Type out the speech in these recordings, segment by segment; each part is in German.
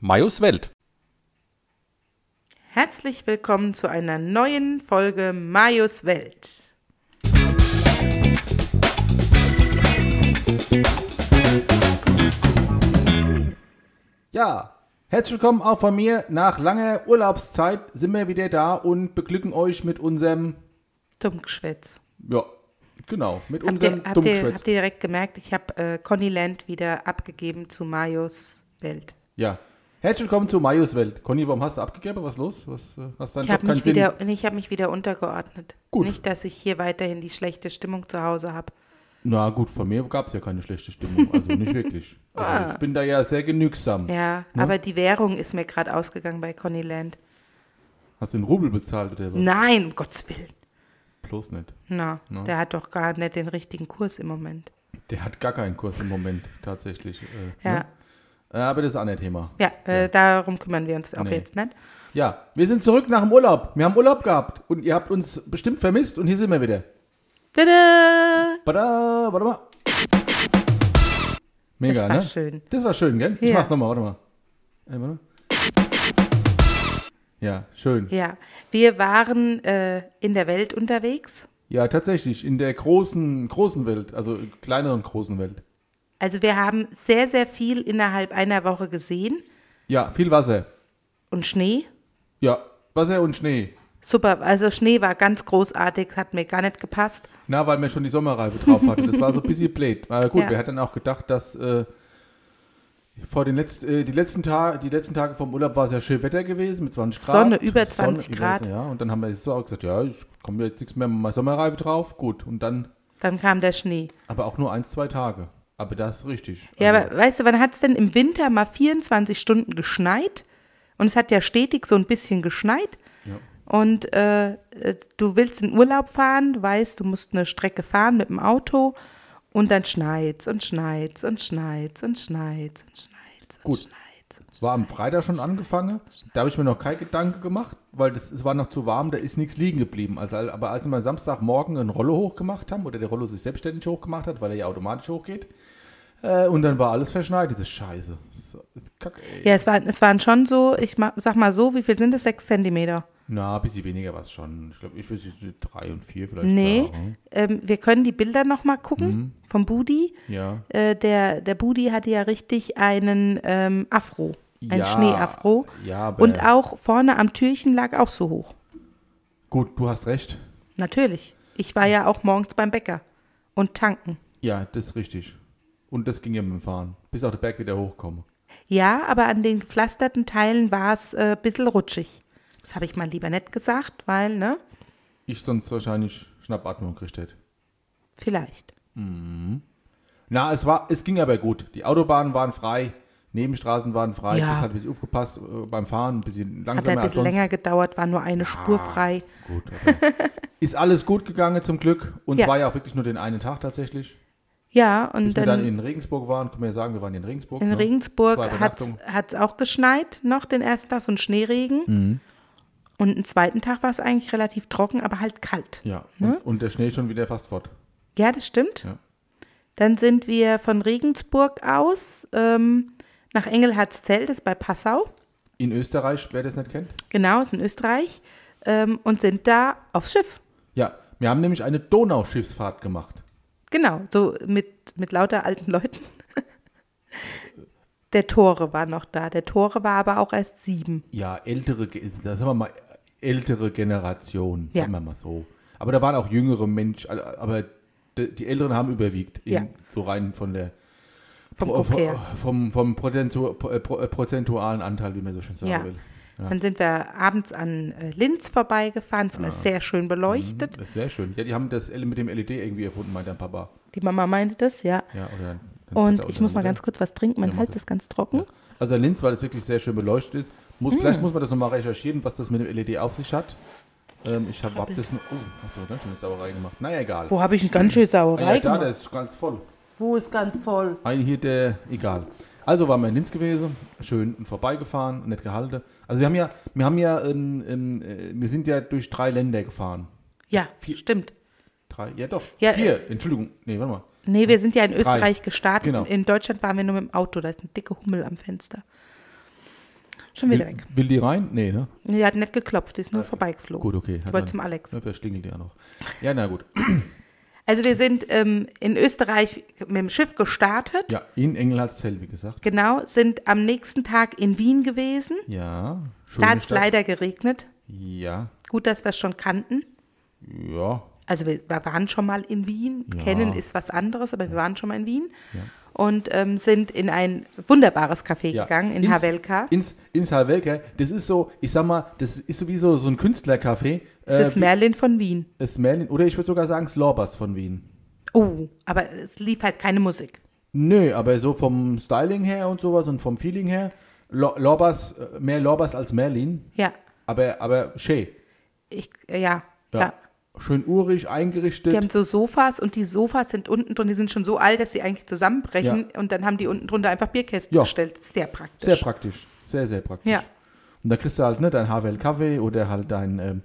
Majos Welt. Herzlich willkommen zu einer neuen Folge Majos Welt. Ja, herzlich willkommen auch von mir. Nach langer Urlaubszeit sind wir wieder da und beglücken euch mit unserem, Dummgeschwätz. ja, genau, mit Habt ihr, unserem habt, ihr, Dummgeschwätz. habt ihr direkt gemerkt, ich habe äh, Conny Land wieder abgegeben zu Majos Welt. Ja. Herzlich willkommen zu Majos Welt. Conny, warum hast du abgegeben? Was ist los? Was äh, hast dein Ich habe keinen mich, Sinn? wieder- nee, ich hab mich wieder untergeordnet. Gut. Nicht, dass ich hier weiterhin die schlechte Stimmung zu Hause habe. Na gut, von mir gab es ja keine schlechte Stimmung, also nicht wirklich. Also ich bin da ja sehr genügsam. Ne? Ja, aber die Währung ist mir gerade ausgegangen bei Conny Land. Hast du den Rubel bezahlt oder was? Nein, um Gottes Willen. Bloß nicht. Na, der hat doch gar nicht den richtigen Kurs im Moment. Der hat gar keinen Kurs im Moment, tatsächlich. Äh, Ja, Ne? Äh, Aber das ist ein anderes Thema. ja, Äh, darum kümmern wir uns auch Nee. jetzt nicht. Ja, wir sind zurück nach dem Urlaub. Wir haben Urlaub gehabt und ihr habt uns bestimmt vermisst und hier sind wir wieder. Tada! Bada, warte mal. Mega, Das war ne? schön. Das war schön, gell? Ich Ja. mach's nochmal, warte mal. Ey, warte. mal. Ja, schön. Ja, wir waren äh, in der Welt unterwegs. Ja, tatsächlich, in der großen, großen Welt, also kleineren großen Welt. Also wir haben sehr, sehr viel innerhalb einer Woche gesehen Ja, viel Wasser. und Schnee. Ja, Wasser und Schnee. Super, also Schnee war ganz großartig, hat mir gar nicht gepasst. Na, weil wir schon die Sommerreife drauf hatten. Das war so ein bisschen blöd. Aber gut, Ja. wir hatten auch gedacht, dass äh, vor den letzt, äh, die, letzten Ta die letzten Tage vom Urlaub war sehr schön Wetter gewesen mit 20 Grad. Sonne, über 20 Grad. Ja, und dann haben wir jetzt auch gesagt, ja, ich komme jetzt nichts mehr, mal Sommerreife drauf. Gut, und dann Dann kam der Schnee. aber auch nur ein, zwei Tage. Aber das ist richtig. Ja, Also, aber weißt du, wann hat es denn im Winter mal 24 Stunden geschneit? Und es hat ja stetig so ein bisschen geschneit. Ja. Und äh, äh, du willst in Urlaub fahren, du weißt, du musst eine Strecke fahren mit dem Auto und dann schneit's und schneit's und schneit's und schneit's und schneit's und Gut. schneit's. es war am Freitag schon angefangen. Da habe ich mir noch keinen Gedanke gemacht, weil das, es war noch zu warm, da ist nichts liegen geblieben. Also, aber als wir mal Samstagmorgen einen Rollo hochgemacht haben oder der Rollo sich selbstständig hochgemacht hat, weil er ja automatisch hochgeht, äh, und dann war alles verschneit. Diese Scheiße. So, ist Kack, ey. Ja, es waren, es waren schon so, ich ma- sag mal so, wie viel sind es? Sechs Zentimeter. Na, ein bisschen weniger war es schon. Ich glaube, ich weiß nicht, drei und vier vielleicht. Nee, da, hm? ähm, wir können die Bilder nochmal gucken Mhm. vom Budi. Ja. Äh, der, der Budi hatte ja richtig einen ähm, Afro, ein Ja, Schneeafro. ja, aber- Und auch vorne am Türchen lag auch so hoch. Gut, du hast recht. Natürlich. Ich war ja auch morgens beim Bäcker und tanken. Ja, das ist richtig. Und das ging ja mit dem Fahren, bis auch der Berg wieder hochkomme. Ja, aber an den gepflasterten Teilen war es äh, ein bisschen rutschig. Das habe ich mal lieber nett gesagt, weil, ne, Ich sonst wahrscheinlich Schnappatmung gekriegt hätte. vielleicht. Na, es war, es ging aber gut. Die Autobahnen waren frei, Nebenstraßen waren frei. Ja. Das hat ein bisschen aufgepasst äh, beim Fahren, ein bisschen Hat ja langsamer ein bisschen als sonst. länger gedauert, war nur eine Spur frei. Gut, aber ist alles gut gegangen zum Glück. Und Ja. es war ja auch wirklich nur den einen Tag tatsächlich. Ja, und Bis wir dann dann in Regensburg waren, können wir ja sagen, wir waren in Regensburg. in ne? Regensburg Zwei Übernachtungen. hat es auch geschneit, noch den ersten Tag, so ein Schneeregen. Mhm. Und den zweiten Tag war es eigentlich relativ trocken, aber halt kalt. Ja, und, und der Schnee schon wieder fast fort. Ja, das stimmt. Ja. Dann sind wir von Regensburg aus ähm, nach Engelhardszell, das ist bei Passau, In Österreich, wer das nicht kennt. genau, ist in Österreich, ähm, und sind da aufs Schiff. Ja, wir haben nämlich eine Donauschiffsfahrt gemacht. Genau, so mit, mit lauter alten Leuten. Der Tore war noch da. Der Tore war aber auch erst sieben. ja, ältere, Ge- da sagen wir mal, ältere Generation, Ja. sagen wir mal so. Aber da waren auch jüngere Menschen, al- aber d- die Älteren haben überwiegt, in, Ja. so rein von der Vom vom, Kopf her. vom, vom Prozentu, pro- äh, pro- äh, prozentualen Anteil, wie man so schön sagen Ja. will. Dann sind wir abends an äh, Linz vorbeigefahren, ist immer sehr schön beleuchtet. Das ist sehr schön. Ja, die haben das L- mit dem LED irgendwie erfunden, meint dein Papa. Die Mama meinte das, ja. Ja, oder dein Und Vater ich oder muss mal deine ganz kurz was trinken, mein Ja, mach Hals das. ist ganz trocken. Mutter. Ja. Also in Linz, weil das wirklich sehr schön beleuchtet ist. Muss, Mm. Vielleicht muss man das nochmal recherchieren, was das mit dem LED auf sich hat. Ähm, ich habe hab das nur. Oh, hast du ganz schön Sauerei gemacht. Naja, egal. Wo habe ich eine ganz schöne ah, Sauerei ja, da, gemacht? der ist ganz voll. Wo ist ganz voll? Ein hier der, egal. Also waren wir in Linz gewesen, schön vorbeigefahren, nett gehalten. Also wir haben ja, wir haben ja, ähm, ähm, äh, wir sind ja durch drei Länder gefahren. Ja, Vier- stimmt. Drei, ja doch, Ja, äh, vier, Entschuldigung, nee, warte mal. Nee, wir sind ja in Österreich gestartet. Genau. In Deutschland waren wir nur mit dem Auto. Da ist eine dicke Hummel am Fenster. Schon wieder will, weg. will die rein? Nee, ne? Nee, Die hat nicht geklopft, die ist nur vorbeigeflogen. Gut, okay. Hat Wollte dann- zum Alex. Ja, Vielleicht klingelt die ja noch. Ja, na gut. Also wir sind ähm, in Österreich mit dem Schiff gestartet. Ja, in Engel hat es wie gesagt. Genau, sind am nächsten Tag in Wien gewesen. Ja. schöne Da hat es Stadt. leider geregnet. Ja. Gut, dass wir es schon kannten. Ja. Also wir wir waren schon mal in Wien. Ja. Kennen ist was anderes, aber wir waren schon mal in Wien. Und ähm, sind in ein wunderbares Café ja. gegangen, in Ins- äh, Havelka. Ins, ins Havelka. Das ist so, ich sag mal, das ist so wie so, so ein Künstlercafé. Es ist Äh, Merlin von Wien. es Merlin, oder ich würde sogar sagen, Slorbas von Wien. Oh, aber es lief halt keine Musik. Nö, aber so vom Styling her und sowas und vom Feeling her, Lo- Lorbas, äh, mehr Lorbas als Merlin, Ja, aber, aber schön. ich, äh, ja, Ja. ja. Schön urig, Die eingerichtet. haben so Sofas und die Sofas sind unten drin, die sind schon so alt, dass sie eigentlich zusammenbrechen und dann haben die unten drunter einfach Bierkästen Ja. gestellt. Sehr praktisch. Sehr praktisch. Sehr, sehr praktisch. Ja. Und da kriegst du halt ne, dein HWL-Kaffee oder halt dein, ähm,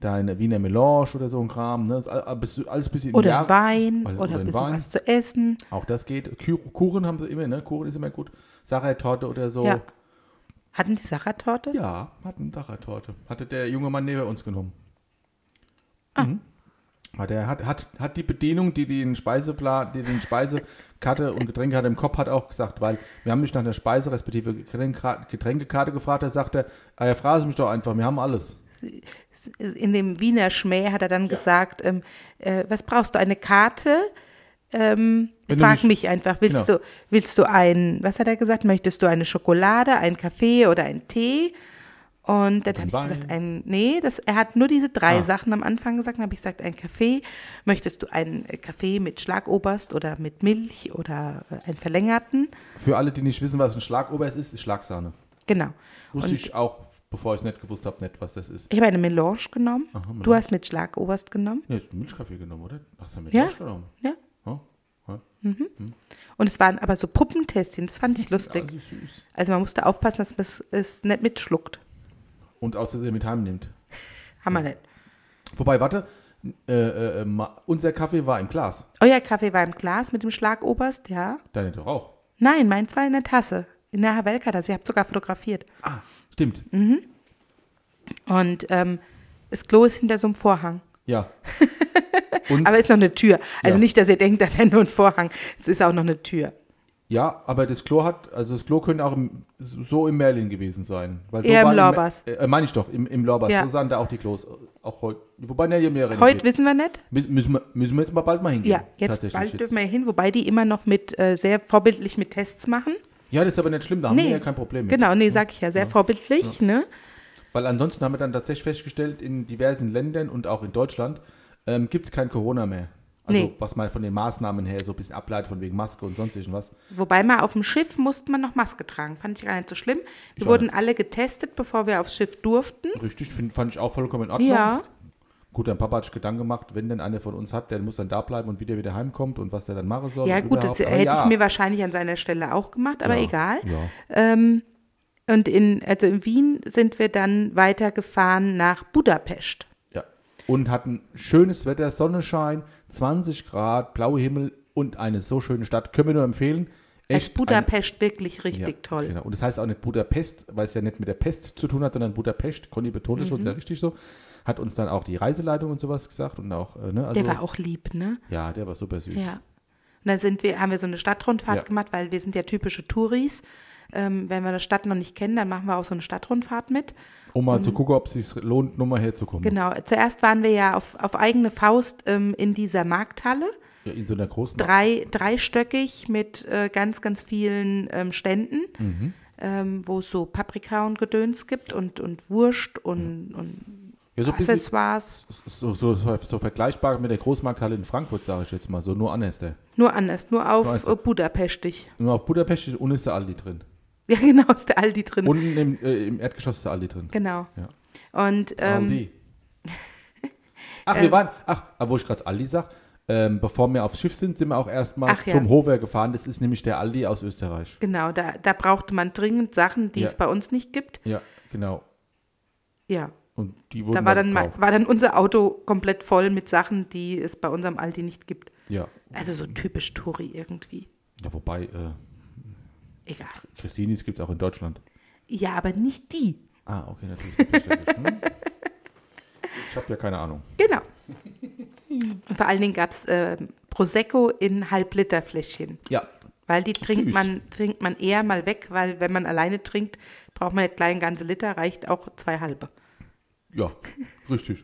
dein Wiener Melange oder so ein Kram. Ne? Ist all- alles- Alles ein bisschen Oder ja, Wein Oder- oder, oder ein bisschen Wein. was zu essen. Auch das geht. Kü- Kuchen haben sie immer, ne? Kuchen ist immer gut. Sachertorte oder so. Ja. Hatten die Sachertorte? Ja, hatten Sachertorte. Hatte der junge Mann neben uns genommen. Mhm. Hat, er, hat, hat, hat die Bedienung, die den Speiseplan, die den Speisekarte und Getränkekarte im Kopf hat, auch gesagt, weil wir haben mich nach der Speise respektive Getränk- Getränkekarte gefragt, da sagt er, "Ah, ja, frage mich doch einfach, wir haben alles. in dem Wiener Schmäh hat er dann gesagt, ähm, äh, was brauchst du, eine Karte? Ähm, Wenn du frag nicht- mich einfach, willst, Genau. du, willst du ein, was hat er gesagt, möchtest du eine Schokolade, einen Kaffee oder einen Tee? Und dann habe ich Wein. gesagt, ein, nee, das, er hat nur diese drei Ah. Sachen am Anfang gesagt. Dann habe ich gesagt, ein Kaffee, möchtest du einen äh, Kaffee mit Schlagoberst oder mit Milch oder äh, einen verlängerten? Für alle, die nicht wissen, was ein Schlagoberst ist, ist Schlagsahne. Genau. Wusste Und- ich auch, bevor ich es nicht gewusst habe, nicht, was das ist. Ich habe eine Melange genommen. Du hast mit Schlagoberst genommen. Ne, ist ein Milchkaffee genommen, oder? Ach, das haben wir Ja. Milch genommen. Ja, Ja, ja. Ne? Und es waren aber so Puppentässchen, das fand ich lustig. Also süß. Also man musste aufpassen, dass man es- es nicht mitschluckt. Und außerdem mit heimnimmt. Haben wir nicht. Wobei, warte, äh, äh, äh, ma- unser Kaffee war im Glas. Euer Kaffee war im Glas mit dem Schlagoberst, ja? Deine doch auch. Nein, meins war in der Tasse. In der Havelka-Tasse. Ihr habt sogar fotografiert. Ah, stimmt. Mhm. Und ähm, das Klo ist hinter so einem Vorhang. Ja. Und, Aber es ist noch eine Tür. Also Ja. nicht, dass ihr denkt, da wäre nur ein Vorhang. Es ist auch noch eine Tür. ja, aber das Klo hat, also das Klo könnte auch im, so im Merlin gewesen sein. Weil so Eher im waren Lorbas. Äh, äh, meine ich doch, im, im Lorbas. Ja. So sahen da auch die Klos. äh, Auch heute. Wobei, ne, hier mehr Heute wissen wir nicht. Müssen wir, müssen wir jetzt mal bald mal hingehen. Ja, jetzt tatsächlich bald dürfen wir hin, wobei die immer noch mit äh, sehr vorbildlich mit Tests machen. Ja, das ist aber nicht schlimm, da haben wir ja kein Problem mit. Genau, nee, sag ich ja, sehr vorbildlich, ne? Weil ansonsten haben wir dann tatsächlich festgestellt, in diversen Ländern und auch in Deutschland ähm, gibt es kein Corona mehr. Also Nee. was man von den Maßnahmen her so ein bisschen ableitet, von wegen Maske und sonst irgendwas. Wobei mal auf dem Schiff musste man noch Maske tragen. Fand ich gar nicht so schlimm. Wir auch wurden alle getestet, bevor wir aufs Schiff durften. Richtig, find, fand ich auch vollkommen in Ordnung. Ja, Gut, dein Papa hat sich Gedanken gemacht, wenn denn einer von uns hat, der muss dann da bleiben und wieder wieder heimkommt und was der dann machen soll. ja und gut, das überhaupt. Aber hätte ja. ich mir wahrscheinlich an seiner Stelle auch gemacht, aber Ja, egal. Ja. Ähm, und in, also in Wien sind wir dann weitergefahren nach Budapest. ja. Und hatten schönes Wetter, Sonnenschein, 20 Grad, blauer Himmel und eine so schöne Stadt. Können wir nur empfehlen. Echt ein- Budapest wirklich Ja, richtig toll. Genau. Und das heißt auch nicht Budapest, weil es ja nicht mit der Pest zu tun hat, sondern Budapest. Conny betont das Mhm. schon sehr richtig so. Hat uns dann auch die Reiseleitung und sowas gesagt und auch, äh, ne? Also, Der war auch lieb, ne? Ja, der war super süß. Ja. Und dann sind wir, haben wir so eine Stadtrundfahrt Ja. gemacht, weil wir sind ja typische Touris. Ähm, wenn wir eine Stadt noch nicht kennen, dann machen wir auch so eine Stadtrundfahrt mit. Um mal zu gucken, ob es sich lohnt, nochmal herzukommen. Mhm. Genau, zuerst waren wir ja auf, auf eigene Faust ähm, in dieser Markthalle, Ja, in so einer großen. drei, dreistöckig mit äh, ganz, ganz vielen ähm, Ständen, Mhm. ähm, wo es so Paprika und Gedöns gibt und, und Wurst und, und ja, so, ein bisschen, Accessoires, so, so, so, so vergleichbar mit der Großmarkthalle in Frankfurt, sage ich jetzt mal. So nur anders der. nur anders, nur auf Weißt du. äh, Budapestig. Nur auf Budapest ist- und ist der Aldi drin. Ja genau, ist der Aldi drin. Unten im, äh, im Erdgeschoss ist der Aldi drin. genau. Ja. Und ähm, Aldi. Ach, wir waren, ach, aber wo ich gerade Aldi sage, ähm, bevor wir aufs Schiff sind, sind wir auch erstmal Ach ja. zum Hofer gefahren. Das ist nämlich der Aldi aus Österreich. genau, da, da brauchte man dringend Sachen, die Ja. es bei uns nicht gibt. Ja, genau. Ja, Und die wurden da war dann, mal- gekauft. war dann unser Auto komplett voll mit Sachen, die es bei unserem Aldi nicht gibt. Ja. Also so typisch Touri irgendwie. Ja, wobei, äh, Egal. Christinis gibt es auch in Deutschland. Ja, aber nicht die. Ah, okay, natürlich. Selbstverständlich. Hm. ich habe ja keine Ahnung. Genau. Und vor allen Dingen gab es Prosecco in Halbliterfläschchen. Ja. Weil die trinkt Süß. man, trinkt man eher mal weg, weil wenn man alleine trinkt, braucht man nicht gleich einen ganzen Liter, reicht auch zwei halbe. Ja, richtig.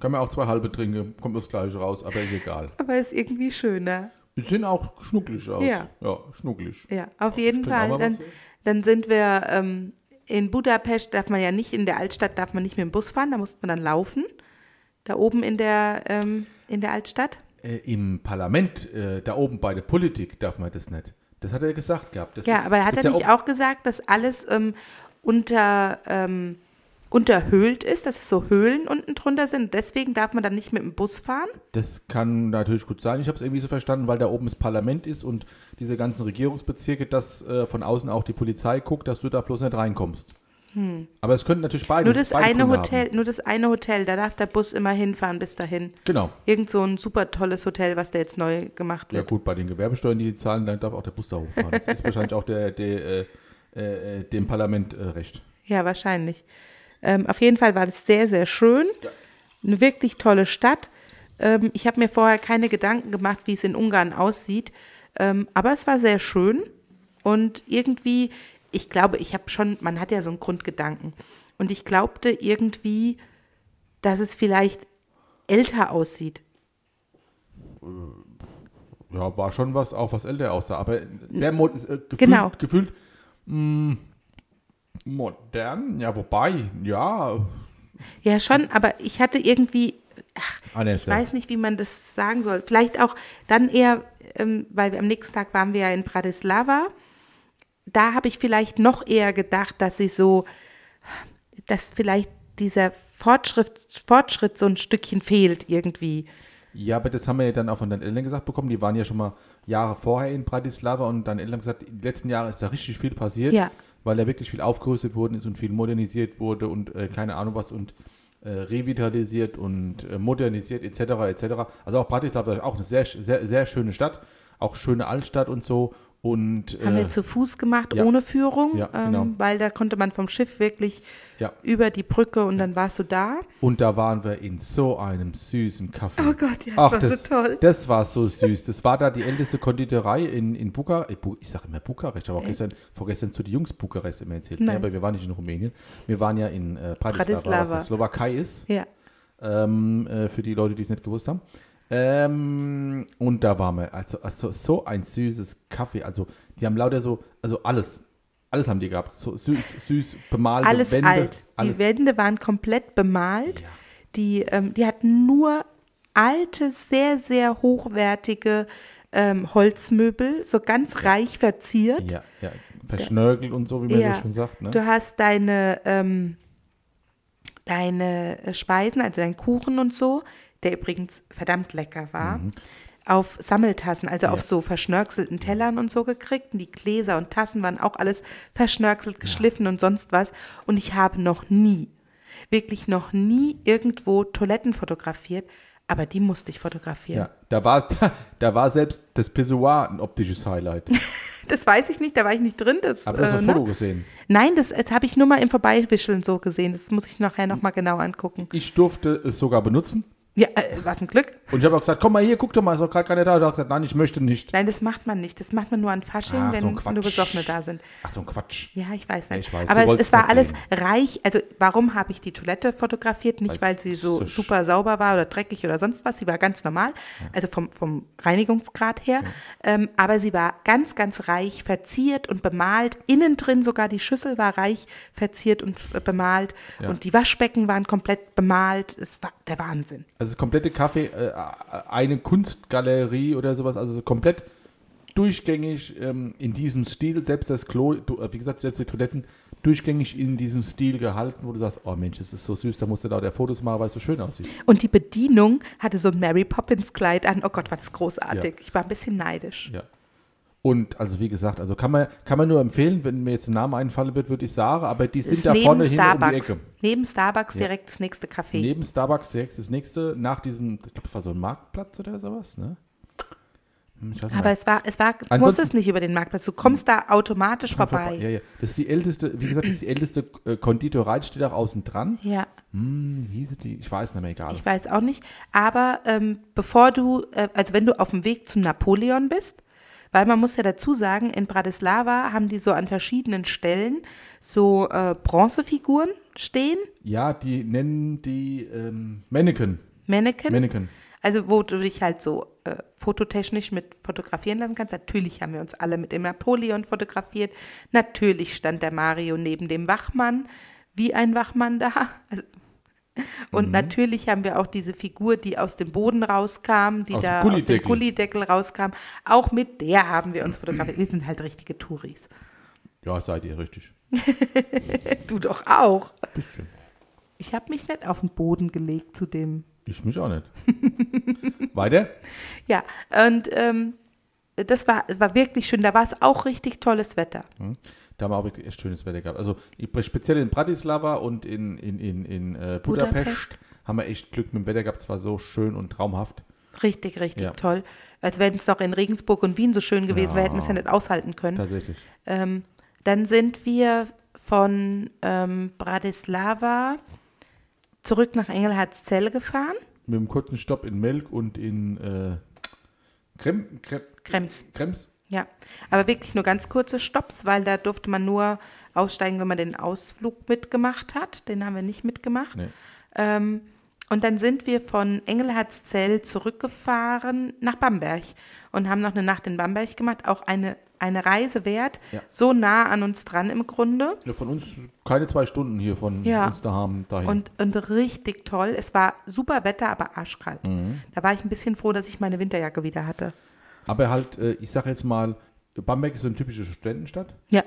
Kann man auch zwei halbe trinken, kommt das gleiche raus, aber ist egal. Aber ist irgendwie schöner. Die sehen auch schnucklig aus. Ja. Ja, schnucklig. Ja, auf jeden stimmt, auch Fall. mal was Dann, hier. dann sind wir ähm, in Budapest, darf man ja nicht, in der Altstadt darf man nicht mit dem Bus fahren, da musste man dann laufen. Da oben in der, ähm, in der Altstadt. Äh, Im Parlament, äh, da oben bei der Politik, darf man das nicht. Das hat er gesagt gehabt. Das Ja, ist, aber hat das er ist nicht ja auch gesagt, dass alles ähm, unter, ähm, unterhöhlt ist, dass es so Höhlen unten drunter sind? Deswegen darf man dann nicht mit dem Bus fahren? Das kann natürlich gut sein. Ich habe es irgendwie so verstanden, weil da oben das Parlament ist und diese ganzen Regierungsbezirke, dass äh, von außen auch die Polizei guckt, dass du da bloß nicht reinkommst. Aber es könnten natürlich beide. Hm. Nur das, beide eine Gründe Hotel, Haben. nur das eine Hotel, da darf der Bus immer hinfahren bis dahin. Genau. Irgend so ein super tolles Hotel, was da jetzt neu gemacht Ja wird. gut, bei den Gewerbesteuern, die die zahlen, dann darf auch der Bus da hochfahren. Das ist wahrscheinlich auch der, der, äh, äh, äh, dem Parlament äh, recht. Ja, wahrscheinlich. Ähm, auf jeden Fall war das sehr, sehr schön. Eine wirklich tolle Stadt. Ähm, ich habe mir vorher keine Gedanken gemacht, wie es in Ungarn aussieht. Ähm, aber es war sehr schön. Und irgendwie, ich glaube, ich habe schon, man hat ja so einen Grundgedanken. Und ich glaubte irgendwie, dass es vielleicht älter aussieht. Ja, war schon was, auch was älter aussah, aber sehr mo- äh, gefühlt, Genau. gefühlt mm, modern. Ja, wobei, ja. Ja, schon, aber ich hatte irgendwie, ach, Anders, ich weiß nicht, wie man das sagen soll. Vielleicht auch dann eher, ähm, weil wir am nächsten Tag waren wir ja in Bratislava. Da habe ich vielleicht noch eher gedacht, dass sie so, dass vielleicht dieser Fortschritt, Fortschritt so ein Stückchen fehlt irgendwie. Ja, aber das haben wir ja dann auch von deinen Eltern gesagt bekommen. Die waren ja schon mal Jahre vorher in Bratislava und deine Eltern haben gesagt, in den letzten Jahren ist da richtig viel passiert, Ja. weil da wirklich viel aufgerüstet worden ist und viel modernisiert wurde und äh, keine Ahnung was und äh, revitalisiert und äh, modernisiert etc. etc. Also auch Bratislava ist auch eine sehr, sehr, sehr schöne Stadt, auch schöne Altstadt und so. Und Haben äh, wir zu Fuß gemacht, ja. ohne Führung, Ja, genau. ähm, weil da konnte man vom Schiff wirklich ja, über die Brücke und dann warst du da. und da waren wir in so einem süßen Kaffee. Oh Gott, ja, das Ach, war das, so toll. das war so süß. Das war da die älteste Konditorei in, in Bukarest. Ich sage immer Bukarest, aber auch gestern, vorgestern zu die Jungs Bukarest immer erzählt. Äh. Nein. Nee, aber wir waren nicht in Rumänien. Wir waren ja in äh, Bratislava, Bratislava. was das Slowakei ist, Ja, ähm, äh, für die Leute, die es nicht gewusst haben. Ähm, und da waren wir. Also, also so ein süßes Kaffee. Also die haben lauter so, also alles. Alles haben die gehabt. So süß, süß bemalte alles Wände. alt. Alles. Die Wände waren komplett bemalt. Ja. Die, ähm, die hatten nur alte, sehr, sehr hochwertige ähm, Holzmöbel, so ganz reich verziert. ja, ja, verschnörkelt und so, wie man Ja. so schön sagt. Ne? Du hast deine, ähm, deine Speisen, also deinen Kuchen und so, der übrigens verdammt lecker war, Mhm. auf Sammeltassen, also auf so verschnörkelten Tellern und so gekriegt. Und die Gläser und Tassen waren auch alles verschnörkelt, geschliffen und sonst was. Und ich habe noch nie, wirklich noch nie irgendwo Toiletten fotografiert, aber die musste ich fotografieren. Ja, da war, da, da war selbst das Pissoir ein optisches Highlight. Das weiß ich nicht, da war ich nicht drin. Das, Aber du hast äh, ein ne? Foto gesehen. Nein, das, das habe ich nur mal im Vorbeiwischeln so gesehen. Das muss ich nachher nochmal genau angucken. Ich durfte es sogar benutzen. Ja, äh, was ein Glück. Und ich habe auch gesagt, komm mal hier, guck doch mal, ist doch gerade keiner da. Und er hat gesagt, nein, ich möchte nicht. Nein, das macht man nicht. Das macht man nur an Fasching, Ach, Ah, so ein wenn Quatsch. nur Besoffene da sind. Ach, so ein Quatsch. Ja, ich weiß nicht. Ich weiß, du Aber es, wolltest es war nicht alles reden. reich. Also warum habe ich die Toilette fotografiert? Weil Nicht, weil, es sie so so sch- super sauber war oder dreckig oder sonst was. Sie war ganz normal, also vom, vom Reinigungsgrad her. Ähm, aber sie war ganz, ganz reich verziert und bemalt. Innen drin sogar die Schüssel war reich verziert und äh, bemalt. Ja. Und die Waschbecken waren komplett bemalt. Es war der Wahnsinn. Also das komplette Kaffee, äh, eine Kunstgalerie oder sowas, also so komplett durchgängig ähm, in diesem Stil, selbst das Klo, du, äh, wie gesagt, selbst die Toiletten, durchgängig in diesem Stil gehalten, wo du sagst, oh Mensch, das ist so süß, da musst du da der Fotos machen, weil es so schön aussieht. Und die Bedienung hatte so ein Mary Poppins Kleid an. Oh Gott, war das großartig. Ja. Ich war ein bisschen neidisch. Ja. Und also wie gesagt, also kann man, kann man nur empfehlen, wenn mir jetzt ein Name einfallen wird, würde ich sagen, aber die sind Ist da neben vorne hin um die Starbucks. Ecke. neben Starbucks Ja. direkt das nächste Café. Neben Starbucks direkt das nächste, nach diesem, ich glaube, das war so ein Marktplatz oder sowas, ne? Hm, Ich weiß nicht Aber mehr. es war, es war, du Ansonsten- musstest nicht über den Marktplatz. Du kommst da automatisch Komm vorbei. Ja, ja. Das ist die älteste, wie gesagt, das ist die älteste äh, Konditorei, steht auch außen dran. Ja, Hm, wie hieß die? Ich weiß nicht mehr, egal. ich weiß auch nicht. Aber ähm, bevor du, äh, also wenn du auf dem Weg zu Napoleon bist, weil man muss ja dazu sagen, in Bratislava haben die so an verschiedenen Stellen so äh, Bronzefiguren stehen, Ja, die nennen die ähm, Mannequin. Mannequin. Mannequin. Also wo du dich halt so äh, fototechnisch mit fotografieren lassen kannst. Natürlich haben wir uns alle mit dem Napoleon fotografiert. Natürlich stand der Mario neben dem Wachmann, wie ein Wachmann da. Also, und Mhm. natürlich haben wir auch diese Figur, die aus dem Boden rauskam, die Aus dem da aus dem Gullydeckel. Gullideckel rauskam. Auch mit der haben wir uns fotografiert. Wir sind halt richtige Touris. Ja, seid ihr richtig. Du doch auch. Bisschen. Ich habe mich nicht auf den Boden gelegt zu dem Ich mich auch nicht. Weiter? Ja, und ähm, das war, es war wirklich schön. Da war es auch richtig tolles Wetter. Hm. Da haben wir auch wirklich echt schönes Wetter gehabt. Also ich- speziell in Bratislava und in, in, in, in äh, Budapest, Budapest. haben wir echt Glück mit dem Wetter gehabt. Es war so schön und traumhaft. Mhm. Richtig, richtig Ja. toll. Als wenn es noch in Regensburg und Wien so schön gewesen wäre, hätten wir es ja nicht aushalten können. Tatsächlich. Ähm, dann sind wir von ähm, Bratislava zurück nach Engelhardszell gefahren. Mit einem kurzen Stopp in Melk und in äh, Krem, Krem, Krems, Krems. ja. Aber wirklich nur ganz kurze Stopps, weil da durfte man nur aussteigen, wenn man den Ausflug mitgemacht hat. Den haben wir nicht mitgemacht. Nee. Ähm, und dann sind wir von Engelhardszell zurückgefahren nach Bamberg und haben noch eine Nacht in Bamberg gemacht. Auch eine, eine Reise wert, Ja. so nah an uns dran im Grunde. Ja, von uns keine zwei Stunden hier von Ja. uns daheim dahin. Und, und richtig toll. Es war super Wetter, aber arschkalt. Da war ich ein bisschen froh, dass ich meine Winterjacke wieder hatte. aber halt, äh, ich sag jetzt mal, Bamberg ist so eine typische Studentenstadt. Ja,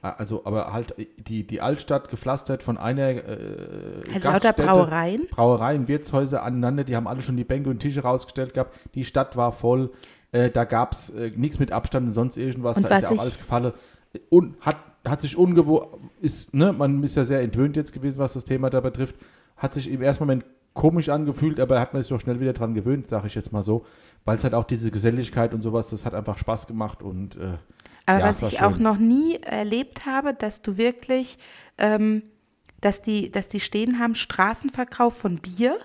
Ah, Also, aber halt äh, die, die Altstadt gepflastert von einer äh, also lauter Gaststätte, Brauereien. Hm? Brauereien, Wirtshäuser aneinander, die haben alle schon die Bänke und Tische rausgestellt gehabt. Die Stadt war voll, äh, da gab es äh, nichts mit Abstand und sonst irgendwas, Und da ist was ja auch ich- alles gefallen. Und hat, hat sich ungewohnt, ist, ne, man ist ja sehr entwöhnt jetzt gewesen, was das Thema da betrifft. Hat sich im ersten Moment komisch angefühlt, aber hat man sich doch schnell wieder dran gewöhnt, sage ich jetzt mal so. Weil es halt auch diese Geselligkeit und sowas, das hat einfach Spaß gemacht und äh, Aber Ja, es was war ich schön. auch noch nie erlebt habe, dass du wirklich, ähm, dass, die, dass die stehen haben, Straßenverkauf von Bier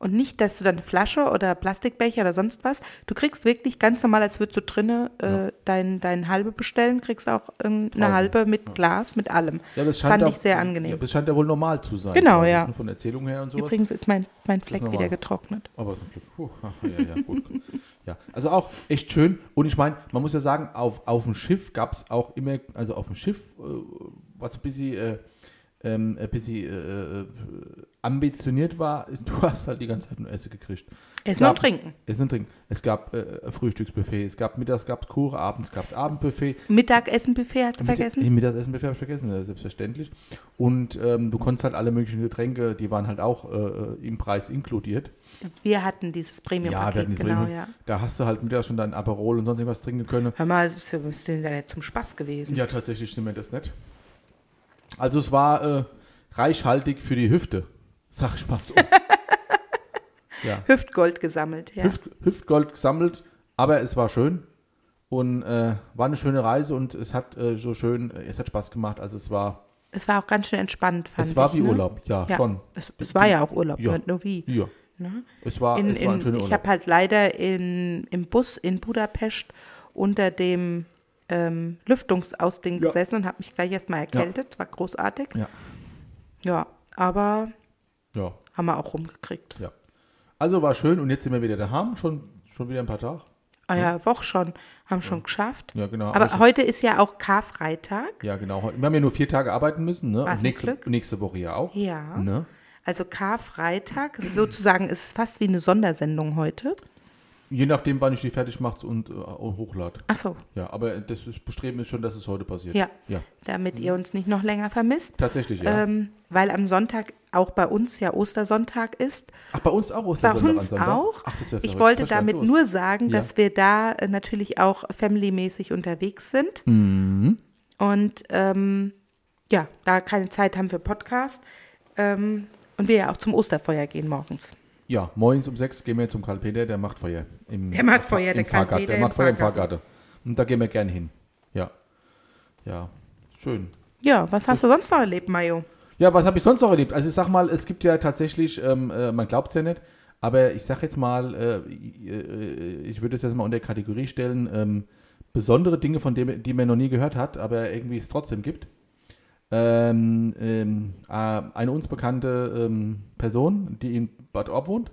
und nicht, dass du dann Flasche oder Plastikbecher oder sonst was, du kriegst wirklich ganz normal, als würdest du drinne äh, dein, dein Halbe bestellen, kriegst auch ähm, eine Trauben. halbe mit Glas, mit allem. ja, das scheint Fand auch, ich sehr Ja, angenehm. das scheint ja wohl normal zu sein. Genau, glaub ich, ja. ne, Von der Erzählung her und sowas. Übrigens ist mein, mein Fleck normal. wieder getrocknet. Aber es ist ein Glück. Puh, ja, ja, gut. ja, also auch echt schön. Und ich meine, man muss ja sagen, auf, auf dem Schiff gab es auch immer, also auf dem Schiff, äh, was ein bisschen, äh, ähm, ein bisschen äh, äh, ambitioniert war, du hast halt die ganze Zeit nur Essen gekriegt. Essen und gab- Trinken. Essen und Trinken. Es gab äh, Frühstücksbuffet, es gab Mittags, gab es Kuchen, abends gab es Abendbuffet. Mittagessen-Buffet hast du Mittag- Äh, vergessen? Nee, Mittagessen habe ich vergessen, äh, selbstverständlich. Und ähm, du konntest halt alle möglichen Getränke, die waren halt auch äh, im Preis inkludiert. Wir hatten dieses Ja, wir hatten Premium-Paket, dieses genau, Premium. ja. Da hast du halt mittags schon deinen Aperol und sonst irgendwas trinken können. Hör mal, bist du, bist du denn da nicht zum Spaß gewesen? Ja, tatsächlich sind wir das nicht. Also es war äh, reichhaltig für die Hüfte, sag ich mal so. ja. Hüftgold gesammelt, ja. Hüft, Hüftgold gesammelt, aber es war schön und äh, war eine schöne Reise und es hat äh, so schön, äh, es hat Spaß gemacht. Also es war, es war auch ganz schön entspannt, fand ich. es war wie ne? Urlaub, ja, Ja, schon. Es, es war ja auch Urlaub, Ja. nicht nur wie. Ja, Ne? es war, In, es war ein in, schöner ich Urlaub. habe halt leider in, im Bus in Budapest unter dem ähm, Lüftungsausding Ja. gesessen und habe mich gleich erstmal erkältet. War großartig. Ja. Ja, aber Ja, haben wir auch rumgekriegt. ja. Also war schön und jetzt sind wir wieder daheim, schon, schon wieder ein paar Tage. Ah ja, Woche schon. Haben schon geschafft. Ja, genau. aber Aber schon- heute ist ja auch Karfreitag. Ja, genau. Wir haben ja nur vier Tage arbeiten müssen, ne? Was ein Und nächste, Glück. nächste Woche ja auch. Ja. Ne? Also Karfreitag, ist sozusagen ist es fast wie eine Sondersendung heute. Je nachdem, wann ich die fertig mache und äh, hochlade. Ach so, Ja, aber das ist, Bestreben ist schon, dass es heute passiert. Ja. Ja, damit Mhm. ihr uns nicht noch länger vermisst. tatsächlich, ja. Ähm, weil am Sonntag auch bei uns ja Ostersonntag ist. Ach, bei uns auch Bei Ostersonntag am uns Sonntag? auch. Ach, das ist ja ich verrückt. wollte Was war damit los? nur sagen, Ja. dass wir da äh, natürlich auch familymäßig unterwegs sind. Mhm. Und ähm, ja, da keine Zeit haben für Podcast. Ähm, und wir ja auch zum Osterfeuer gehen morgens. Ja, morgens um sechs gehen wir zum Karl Peter, der macht Feuer. Im, Der macht Feuer, im der Karl Fahrgarten. Peter Der im macht Feuer im Fahrgarten. Fahrgarten. Und da gehen wir gerne hin. Ja. Ja, schön. Ja, was hast du sonst noch erlebt, Mayo? Ja, was habe ich sonst noch erlebt? Also ich sag mal, es gibt ja tatsächlich, ähm, äh, man glaubt es ja nicht, aber ich sag jetzt mal, äh, äh, ich würde es jetzt mal unter Kategorie stellen, ähm, besondere Dinge, von denen die man noch nie gehört hat, aber irgendwie es trotzdem gibt. Ähm, ähm, äh, eine uns bekannte ähm, Person, die in Bad Orb wohnt,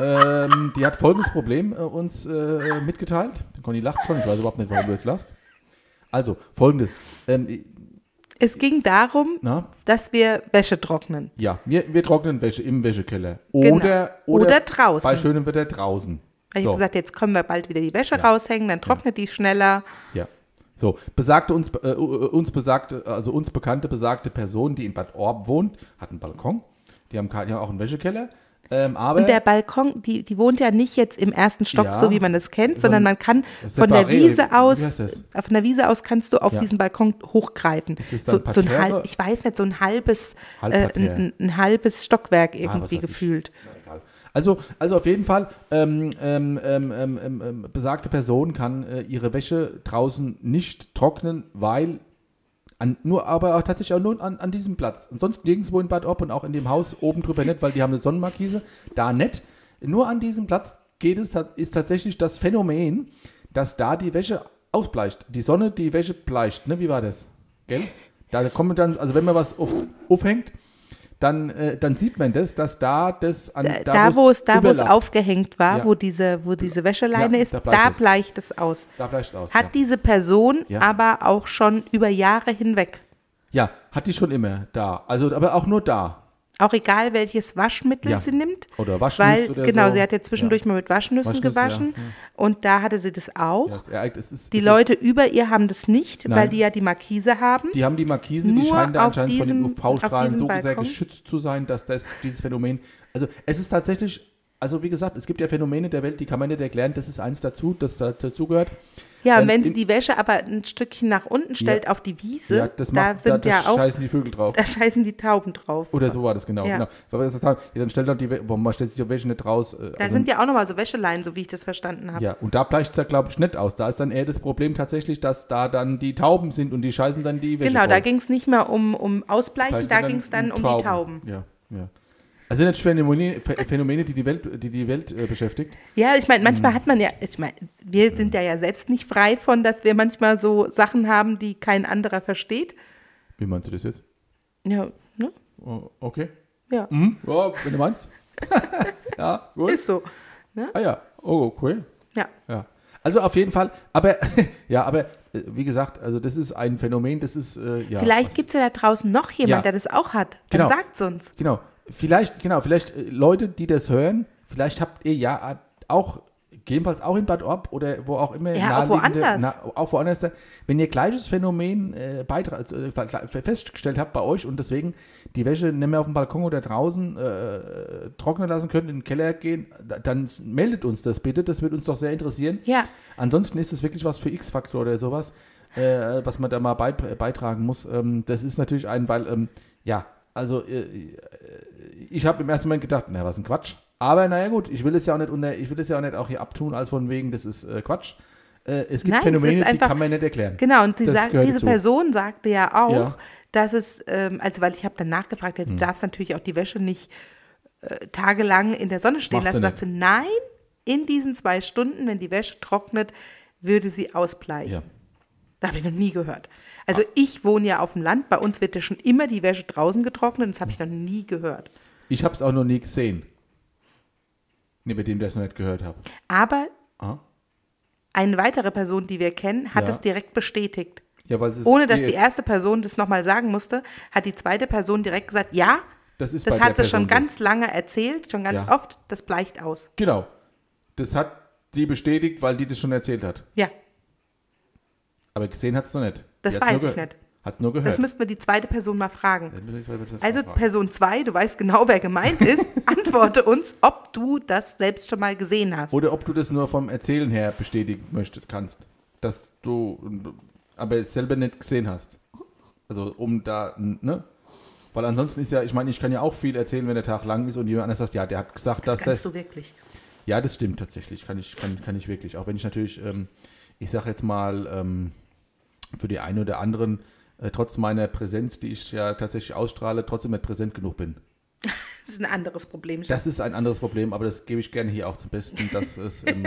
ähm, die hat folgendes Problem äh, uns äh, mitgeteilt. Conny lacht schon, ich weiß überhaupt nicht, warum du jetzt lachst. Also, folgendes. Ähm, Es ging darum, na, dass wir Wäsche trocknen. ja, wir, wir trocknen Wäsche im Wäschekeller. Oder, Genau. Oder draußen. Bei schönem Wetter draußen. Ich so, habe gesagt, jetzt können wir bald wieder die Wäsche raushängen, dann trocknet die schneller. ja. So, besagte uns, äh, uns besagte, also uns bekannte besagte Person, die in Bad Orb wohnt, hat einen Balkon. Die haben, ka- die haben auch einen Wäschekeller. Ähm, aber Und der Balkon, die, die wohnt ja nicht jetzt im ersten Stock, Ja. so wie man das kennt, Sondern sondern man kann von separé- der Wiese wie aus, äh, heißt das? von der Wiese aus kannst du auf Ja. diesen Balkon hochgreifen. das So, dann so ein Parterre? halb, ich weiß nicht, so ein halbes, äh, ein, Halbparterre. ein, ein halbes Stockwerk Ah, was irgendwie weiß ich. gefühlt. Ist ja egal. Also, also auf jeden Fall, ähm, ähm, ähm, ähm, ähm, ähm, besagte Person kann äh, ihre Wäsche draußen nicht trocknen, weil an, nur, aber auch tatsächlich auch nur an, an diesem Platz. Und sonst nirgendwo in Bad Orb und auch in dem Haus oben drüber nicht, weil die haben eine Sonnenmarkise, da nicht. Nur an diesem Platz geht es, ta- ist tatsächlich das Phänomen, dass da die Wäsche ausbleicht. Die Sonne die Wäsche bleicht, ne? Wie war das? Gell? Da kommen dann, also wenn man was auf, aufhängt, dann, äh, dann sieht man das, dass da das an Da, da, wo es, da, wo es überlappt, aufgehängt war, Ja. wo diese, wo diese Wäscheleine Ja, ist, da da bleicht bleicht, es. es aus. Da bleicht es aus. Hat ja. diese Person Ja. aber auch schon über Jahre hinweg. ja, hat die schon immer da. Also, aber auch nur da. Auch egal, welches Waschmittel Ja. sie nimmt. Oder Waschnuss Weil, oder genau, so. sie hat ja zwischendurch mal mit Waschnüssen Waschnuss, gewaschen. Und da hatte sie das auch. Hm. Ja, es- ja, es ist, Die es Leute über ihr haben das nicht, weil Nein. die ja die Markise haben. Die haben die Markise, Nur die scheinen da auf anscheinend diesem- von den auf UV-Strahlen diesem so sehr Balkon? geschützt zu sein, dass das, dieses Phänomen. Also es ist tatsächlich, also wie gesagt, es gibt ja Phänomene der Welt, die kann man nicht erklären, das ist eins dazu, das da dazugehört. ja, und ähm, wenn sie in- die Wäsche aber ein Stückchen nach unten stellt auf die Wiese, Ja, das da macht, sind da, ja das auch, scheißen die Vögel drauf. da scheißen die Tauben drauf. Oder so war das, genau. Ja. genau. Weil wir gesagt haben, ja, dann stellt doch die, We- warum man stellt sich die Wäsche nicht raus. äh, da also- sind ja auch nochmal so Wäscheleien, so wie ich das verstanden habe. ja, und da bleicht es ja, glaube ich, nicht aus. Da ist dann eher das Problem tatsächlich, dass da dann die Tauben sind und die scheißen dann die Wäsche genau, voll. da ging es nicht mehr um, um Ausbleichen, Vielleicht da ging es dann um die Tauben. Ja, ja. Also sind das Phänomene, Ph- Phänomene die die Welt, die, die Welt äh, beschäftigt. Ja, ich meine, Hm. manchmal hat man ja, ich meine, wir sind ja, ja selbst nicht frei von, dass wir manchmal so Sachen haben, die kein anderer versteht. Wie meinst du das jetzt? Ja, ne? Oh, okay. Ja, Mhm. Ja, wenn du meinst. ja, gut. ist so. ne? ah ja, oh, okay. Ja. Ja. Also auf jeden Fall, aber ja, aber äh, wie gesagt, also das ist ein Phänomen, das ist äh, ja. Vielleicht gibt es ja da draußen noch jemand, Ja. der das auch hat. Dann Genau. sagt's uns. Genau. Vielleicht, genau, vielleicht äh, Leute, die das hören, vielleicht habt ihr ja äh, auch, jedenfalls auch in Bad Orb oder wo auch immer. Ja, naheliegende- auch woanders. auch woanders. da- Wenn ihr gleiches Phänomen äh, beitra- also, äh, ver- festgestellt habt bei euch und deswegen die Wäsche nicht mehr auf dem Balkon oder draußen äh, trocknen lassen könnt, in den Keller gehen, da- dann s- meldet uns das bitte. Das würde uns doch sehr interessieren. Ja. Ansonsten ist es wirklich was für X-Faktor oder sowas, äh, was man da mal beitr- beitragen muss. Ähm, das ist natürlich ein, weil, ähm, ja, also äh, ich habe im ersten Moment gedacht, na, was ein Quatsch. Aber naja gut, ich will es ja auch nicht unter, ich will es ja auch nicht auch hier abtun, als von wegen, das ist äh, Quatsch. Äh, es gibt Nein, es Phänomene, ist die einfach- kann man nicht erklären. Genau, und sie Das sagt, gehört diese dazu. Person sagte ja auch, Ja. Hm. dass es, ähm, also weil ich habe dann nachgefragt, ja, du darfst natürlich auch die Wäsche nicht äh, tagelang in der Sonne stehen Macht sie lassen. Sagt sie, nein, in diesen zwei Stunden, wenn die Wäsche trocknet, würde sie ausbleichen. Ja. Da habe ich noch nie gehört. Also ich wohne ja auf dem Land, bei uns wird ja schon immer die Wäsche draußen getrocknet, das habe ich noch nie gehört. Ich habe es auch noch nie gesehen. Nee, bei dem, der es noch nicht gehört habe. Aber Ah. eine weitere Person, die wir kennen, hat Ja. das direkt bestätigt. Ja, weil es ist- Ohne dass nee, die erste Person das nochmal sagen musste, hat die zweite Person direkt gesagt, ja, Das ist das bei hat sie der schon Person so. ganz lange erzählt, schon ganz Ja. oft, das bleicht aus. Genau. Das hat die bestätigt, weil die das schon erzählt hat. Ja, Aber gesehen hat es noch nicht. Das weiß ich nicht. Hat es nur gehört. das müssten wir die zweite Person mal fragen. Dann müssen wir- müssen wir- Also fragen. Person 2, du weißt genau, wer gemeint ist, antworte uns, ob du das selbst schon mal gesehen hast. Oder ob du das nur vom Erzählen her bestätigen möchtest, kannst. Dass du aber es selber nicht gesehen hast. Also um da, ne? Weil ansonsten ist ja, ich meine, ich kann ja auch viel erzählen, wenn der Tag lang ist und jemand anders sagt, ja, der hat gesagt, Das dass kannst das. du wirklich. Ja, das stimmt tatsächlich. Kann ich, kann, kann ich wirklich. Auch wenn ich natürlich, ähm, ich sage jetzt mal, ähm, für die einen oder anderen, äh, trotz meiner Präsenz, die ich ja tatsächlich ausstrahle, trotzdem nicht präsent genug bin. Das ist ein anderes Problem. Das ist ein anderes Problem, aber das gebe ich gerne hier auch zum Besten, dass es ähm,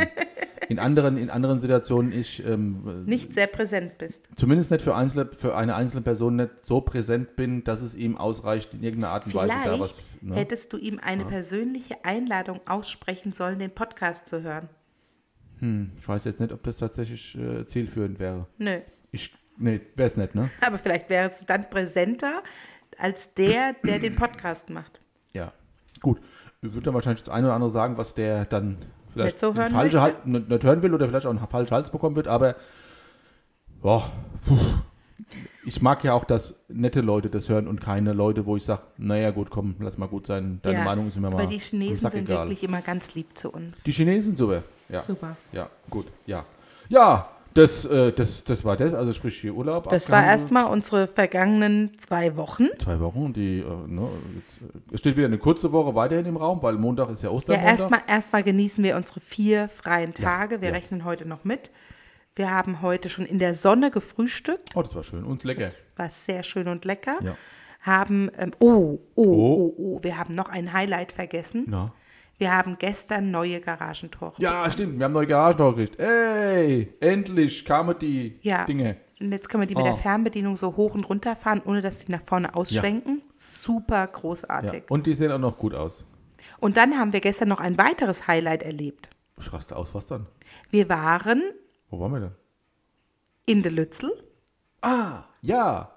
in, anderen, in anderen Situationen ich ähm, nicht sehr präsent bist. zumindest nicht für, einzelne, für eine einzelne Person nicht so präsent bin, dass es ihm ausreicht, in irgendeiner Art und Weise da was. Vielleicht ne? hättest du ihm eine persönliche Einladung aussprechen sollen, den Podcast zu hören. Ich weiß jetzt nicht, ob das tatsächlich äh, zielführend wäre. Nö. Ich, nee, wäre es nicht, ne? Aber vielleicht wärst du dann präsenter als der, der den Podcast macht. Ja, gut. Wird dann wahrscheinlich das eine oder andere sagen, was der dann vielleicht Nicht so hören falsche möchte? Hals, nicht, nicht hören will oder vielleicht auch einen falschen Hals bekommen wird, aber boah, puh. ich mag ja auch, dass nette Leute das hören und keine Leute, wo ich sage, naja gut, komm, lass mal gut sein, deine Ja, Meinung ist immer mal Aber die Chinesen am Sack sind egal. wirklich immer ganz lieb zu uns. Die Chinesen super, ja. Super. Ja, gut, ja. Ja, das, äh, das, das war das, also sprich hier Urlaub. Das war abgehandelt. erstmal unsere vergangenen zwei Wochen. Zwei Wochen, die, äh, ne, jetzt, äh, es steht wieder eine kurze Woche weiterhin im Raum, weil Montag ist ja Ja, Ostermontag. erstmal erstmal genießen wir unsere vier freien Tage. wir ja. rechnen heute noch mit. Wir haben heute schon in der Sonne gefrühstückt. Oh, das war schön und lecker. War sehr schön und lecker. Ja. Haben, ähm, oh, oh, oh, Oh. oh, wir haben noch ein Highlight vergessen. Na. Wir haben gestern neue Garagentore. Ja, stimmt. Wir haben neue Garagen auch gekriegt. Ey, endlich kamen die Ja. Dinge. Und jetzt können wir die mit Ah. der Fernbedienung so hoch und runter fahren, ohne dass die nach vorne ausschwenken. Super großartig. Ja. Und die sehen auch noch gut aus. Und dann haben wir gestern noch ein weiteres Highlight erlebt. Ich raste aus, was dann? Wir waren Wo waren wir denn? in der Lützel. Ja.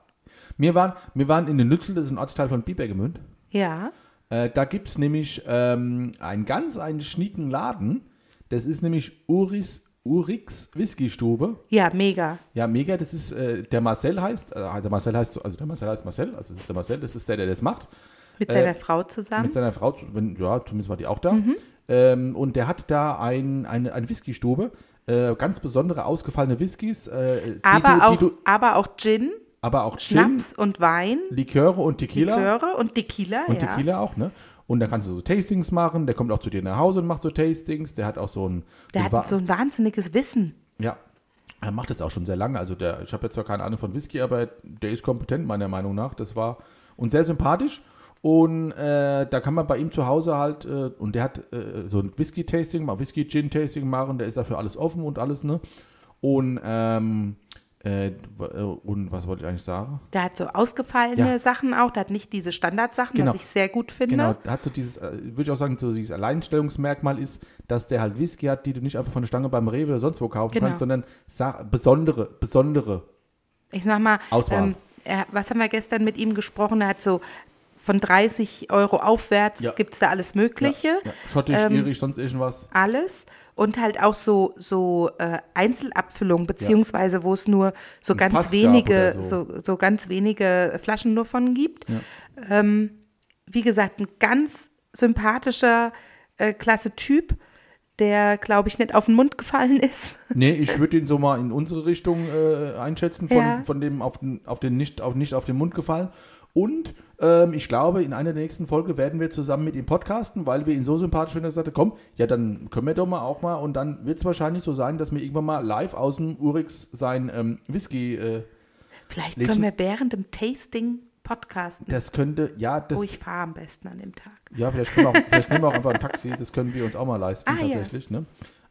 Wir waren, wir waren in den Nützel, das ist ein Ortsteil von Biebergemünd. Ja. Äh, da gibt es nämlich ähm, einen ganz einen schnieken Laden. Das ist nämlich Uris, Urix Whiskystube. Ja, mega. Ja, mega. Das ist, äh, der Marcel heißt, äh, der Marcel heißt, also der Marcel heißt Marcel, also das ist der Marcel, das ist der, der das macht. Mit Äh, seiner Frau zusammen. Mit seiner Frau, zu- wenn, ja, zumindest war die auch da. Mhm. Ähm, und der hat da ein, eine, eine Whisky-Stube, äh, ganz besondere ausgefallene Whiskys, äh, die aber, du- auch, die du, aber auch Gin, aber auch Gin, Schnaps und Wein, Liköre und Tequila. Liköre und Tequila. und ja. Tequila auch, ne? Und da kannst du so Tastings machen, der kommt auch zu dir nach Hause und macht so Tastings, der hat auch so ein... Der ein hat so ein wahnsinniges Wissen. Ja, er macht das auch schon sehr lange. Also der, ich habe jetzt zwar keine Ahnung von Whisky, aber der ist kompetent meiner Meinung nach. Das war und sehr sympathisch. Und äh, da kann man bei ihm zu Hause halt, äh, und der hat äh, so ein Whisky-Tasting, mal Whisky-Gin-Tasting machen, der ist dafür alles offen und alles, ne? Und, ähm, äh, w- äh, und was wollte ich eigentlich sagen? Der hat so ausgefallene Ja. Sachen auch. Der hat nicht diese Standardsachen, Genau. was ich sehr gut finde. Genau, hat so dieses, äh, würde ich auch sagen, so dieses Alleinstellungsmerkmal ist, dass der halt Whisky hat, die du nicht einfach von der Stange beim Rewe oder sonst wo kaufen Genau. kannst, sondern sa- besondere, besondere Ich sag mal, Auswahl. ähm, er, was haben wir gestern mit ihm gesprochen? Er hat so von 30 Euro aufwärts Ja. gibt's da alles Mögliche. Ja, ja. Schottisch, Ähm, irisch, sonst irgendwas. alles und halt auch so, so äh, Einzelabfüllungen, beziehungsweise wo es nur so ganz Fass gab wenige, oder so. so. So, ganz wenige Flaschen nur von gibt. Ähm, wie gesagt, ein ganz sympathischer, äh, klasse Typ, der, glaube ich, nicht auf den Mund gefallen ist. Nee, ich würde ihn so mal in unsere Richtung äh, einschätzen, von, Ja. von dem auf den, auf den nicht, auf, nicht auf den Mund gefallen. Und ähm, ich glaube, in einer der nächsten Folge werden wir zusammen mit ihm podcasten, weil wir ihn so sympathisch finden, dass er sagte, komm, ja, dann können wir doch mal auch mal. Und dann wird es wahrscheinlich so sein, dass wir irgendwann mal live aus dem Urix sein ähm, Whisky, äh, Vielleicht Legend- können wir während dem Tasting podcasten, das könnte, ja, das, wo Oh, ich fahre am besten an dem Tag. ja, vielleicht, können wir auch, vielleicht nehmen wir auch einfach ein Taxi, das können wir uns auch mal leisten, Ah, ja. tatsächlich, ne?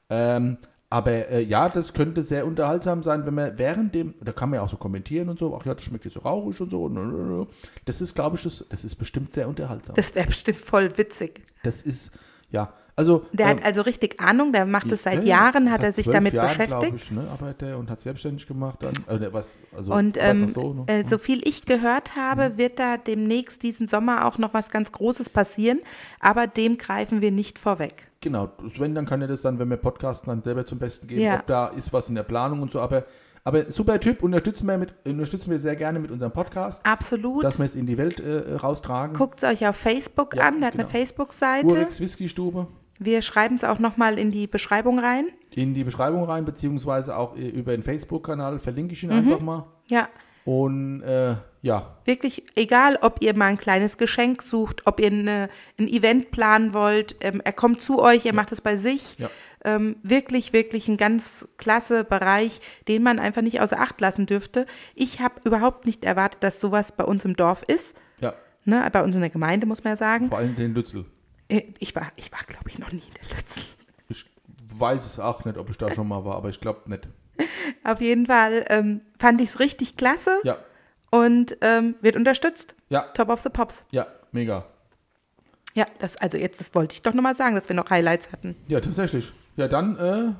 Ähm, aber äh, ja, das könnte sehr unterhaltsam sein, wenn man während dem, da kann man ja auch so kommentieren und so, ach ja, das schmeckt jetzt so rauchig und so. nö, nö, nö. Das ist, glaube ich, das, das ist bestimmt sehr unterhaltsam. Das, Das wäre bestimmt voll witzig. ist, ja, also. Der ähm, hat also richtig Ahnung, der macht es ja, seit ja, Jahren, hat seit er sich zwölf damit Jahren, beschäftigt. glaub Ich, ne, arbeitet er und hat selbstständig gemacht dann. Also, was, also, Und was ähm, noch so, ne? Mhm. äh, so viel ich gehört habe, wird da demnächst diesen Sommer auch noch was ganz Großes passieren, aber dem greifen wir nicht vorweg. Genau, Sven, dann kann er das dann, wenn wir podcasten, dann selber zum Besten geben, Ja. ob da ist was in der Planung und so. Aber, aber super Typ, unterstützen wir, mit, unterstützen wir sehr gerne mit unserem Podcast, Absolut. dass wir es in die Welt äh, raustragen. Guckt es euch auf Facebook Ja, an, der hat eine genau. Facebook-Seite. Urix Whisky Stube Wir schreiben es auch nochmal in die Beschreibung rein. in die Beschreibung rein, beziehungsweise auch äh, über den Facebook-Kanal verlinke ich ihn einfach mal. Ja, Und äh, ja, Wirklich, egal ob ihr mal ein kleines Geschenk sucht, ob ihr eine, ein Event planen wollt, ähm, er kommt zu euch, er macht es bei sich. Ja. Ähm, wirklich, wirklich ein ganz klasse Bereich, den man einfach nicht außer Acht lassen dürfte. Ich habe überhaupt nicht erwartet, dass sowas bei uns im Dorf ist. ja, Ne, bei uns in der Gemeinde muss man ja sagen. vor allem den Lützel. Äh, Ich war, ich war glaube ich, noch nie in der Lützel. Ich weiß es auch nicht, ob ich da schon mal war, aber ich glaube nicht. Auf jeden Fall ähm, fand ich es richtig klasse Ja, und ähm, wird unterstützt. ja, Top of the Pops. ja, mega. Ja, das, also jetzt, das wollte ich doch nochmal sagen, dass wir noch Highlights hatten. Ja, tatsächlich. Ja, dann äh,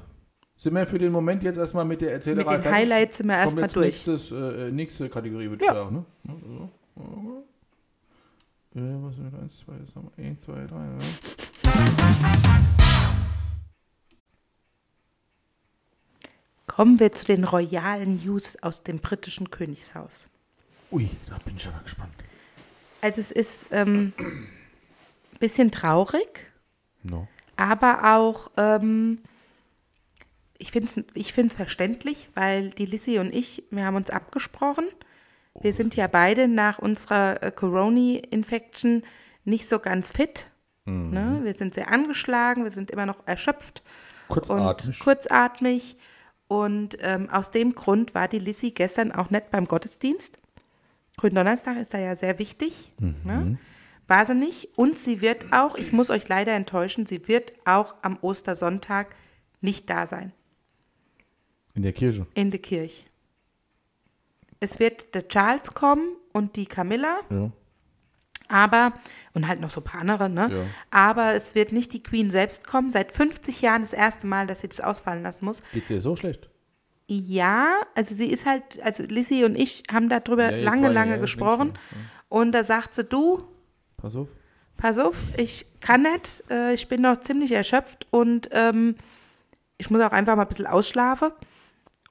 sind wir für den Moment jetzt erstmal mit der Erzählerei Mit den fertig. Highlights sind wir Kommt erstmal jetzt durch. Nächstes, äh, äh, nächste Kategorie, würde Ja. ich sagen. Ne? Ja, so. Äh, was sind 1, 2, 1, 2, 3. Ja. Kommen wir zu den royalen News aus dem britischen Königshaus. Ui, da bin ich aber gespannt. Also es ist ein ähm, bisschen traurig, No. aber auch, ähm, ich finde es ich find's verständlich, weil die Lissy und ich, wir haben uns abgesprochen. Wir sind ja beide nach unserer äh, Corona-Infection nicht so ganz fit. Ne? Wir sind sehr angeschlagen, wir sind immer noch erschöpft. Kurzatmig. Und kurzatmig. Und ähm, aus dem Grund war die Lissy gestern auch nicht beim Gottesdienst. Gründonnerstag ist da ja sehr wichtig. Mhm. Ne? War sie nicht. Und sie wird auch, ich muss euch leider enttäuschen, sie wird auch am Ostersonntag nicht da sein In der Kirche. in der Kirche. Es wird der Charles kommen und die Camilla, Ja. aber, und halt noch so ein paar andere, ne? Ja. Aber es wird nicht die Queen selbst kommen. Seit 50 Jahren das erste Mal, dass sie das ausfallen lassen muss. Geht's dir so schlecht? Ja, also sie ist halt, also Lissy und ich haben darüber Ja, ja, lange, klar, ja, lange ja, gesprochen. denk Und da sagt sie, du, Pass auf. pass auf, ich kann nicht, äh, ich bin noch ziemlich erschöpft und ähm, ich muss auch einfach mal ein bisschen ausschlafen.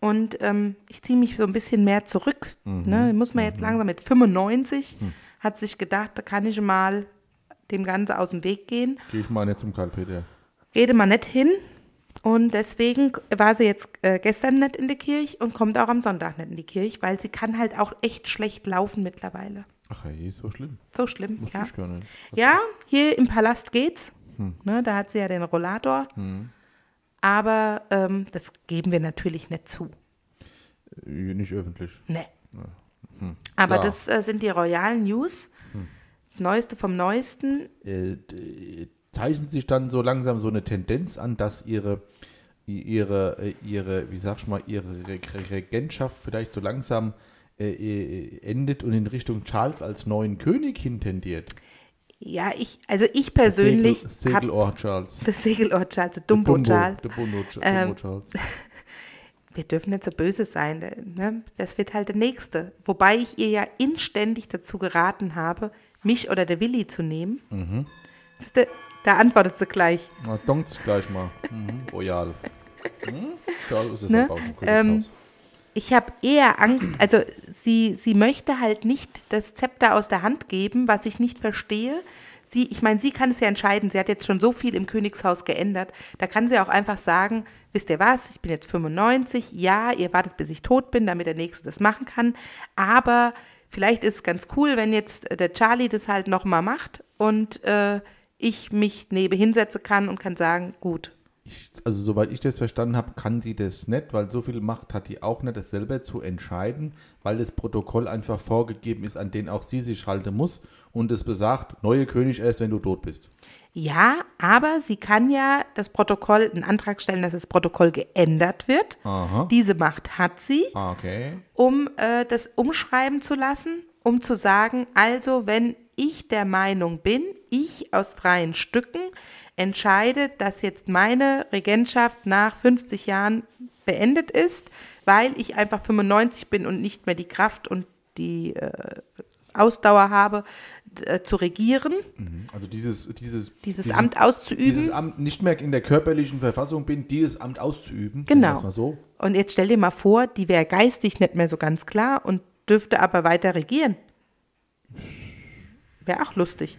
Und ähm, ich ziehe mich so ein bisschen mehr zurück. Mhm, Ne? Muss man jetzt langsam mit 95, Hm. hat sich gedacht, da kann ich mal dem Ganzen aus dem Weg gehen. Geh ich mal nicht zum Karl Peter. Rede mal nicht hin. Und deswegen war sie jetzt äh, gestern nicht in die Kirche und kommt auch am Sonntag nicht in die Kirche, weil sie kann halt auch echt schlecht laufen mittlerweile. Ach ey, so schlimm. So schlimm. Wusste ja. ich Hm. gar nicht. Ja, hier im Palast geht's. Ne, da hat sie ja den Rollator. Hm. Aber ähm, das geben wir natürlich nicht zu. Äh, Nicht öffentlich. Ne. Hm. Aber klar. das äh, sind die royalen News. Hm. Das Neueste vom Neuesten. äh, d- äh, zeichnet sich dann so langsam so eine Tendenz an, dass ihre i- ihre äh, ihre wie sag ich mal ihre Re- Re- Regentschaft vielleicht so langsam äh, äh, endet und in Richtung Charles als neuen König hintendiert. Ja, ich, also ich persönlich Segel, habe Segelohr Charles. das also Segelort Charles, der Dumbo Charles. Der Ähm. Dumbo, Ch- Dumbo Charles. Wir dürfen nicht so böse sein. Ne? Das wird halt der Nächste. Wobei ich ihr ja inständig dazu geraten habe, mich oder der Willi zu nehmen. Siehst du, da antwortet sie gleich. Na, Donks gleich mal. Mhm. Royal. Mhm. Ja, so ist es Ne? halt bei uns im Ähm, Königshaus. Ich habe eher Angst, also sie, sie möchte halt nicht das Zepter aus der Hand geben, was ich nicht verstehe. Sie, ich meine, sie kann es ja entscheiden. Sie hat jetzt schon so viel im Königshaus geändert. Da kann sie auch einfach sagen, wisst ihr was, ich bin jetzt 95, ja, ihr wartet, bis ich tot bin, damit der Nächste das machen kann. Aber vielleicht ist es ganz cool, wenn jetzt äh, der Charlie das halt nochmal macht und äh, ich mich neben hinsetzen kann und kann sagen, gut, ich, also soweit ich das verstanden habe, kann sie das nicht, weil so viel Macht hat die auch nicht, das selber zu entscheiden, weil das Protokoll einfach vorgegeben ist, an den auch sie sich halten muss und es besagt, neue König erst, wenn du tot bist. Ja, aber sie kann ja das Protokoll, einen Antrag stellen, dass das Protokoll geändert wird. Aha. Diese Macht hat sie, Ah, okay. um äh, das umschreiben zu lassen, um zu sagen, also wenn ich der Meinung bin, ich aus freien Stücken entscheide, dass jetzt meine Regentschaft nach 50 Jahren beendet ist, weil ich einfach 95 bin und nicht mehr die Kraft und die äh, Ausdauer habe, d- äh, zu regieren, Also dieses, dieses, dieses diesen- Amt auszuüben. dieses Amt nicht mehr in der körperlichen Verfassung bin, dieses Amt auszuüben. Genau. Das mal so. Und jetzt stell dir mal vor, die wäre geistig nicht mehr so ganz klar und dürfte aber weiter regieren. Wäre auch lustig.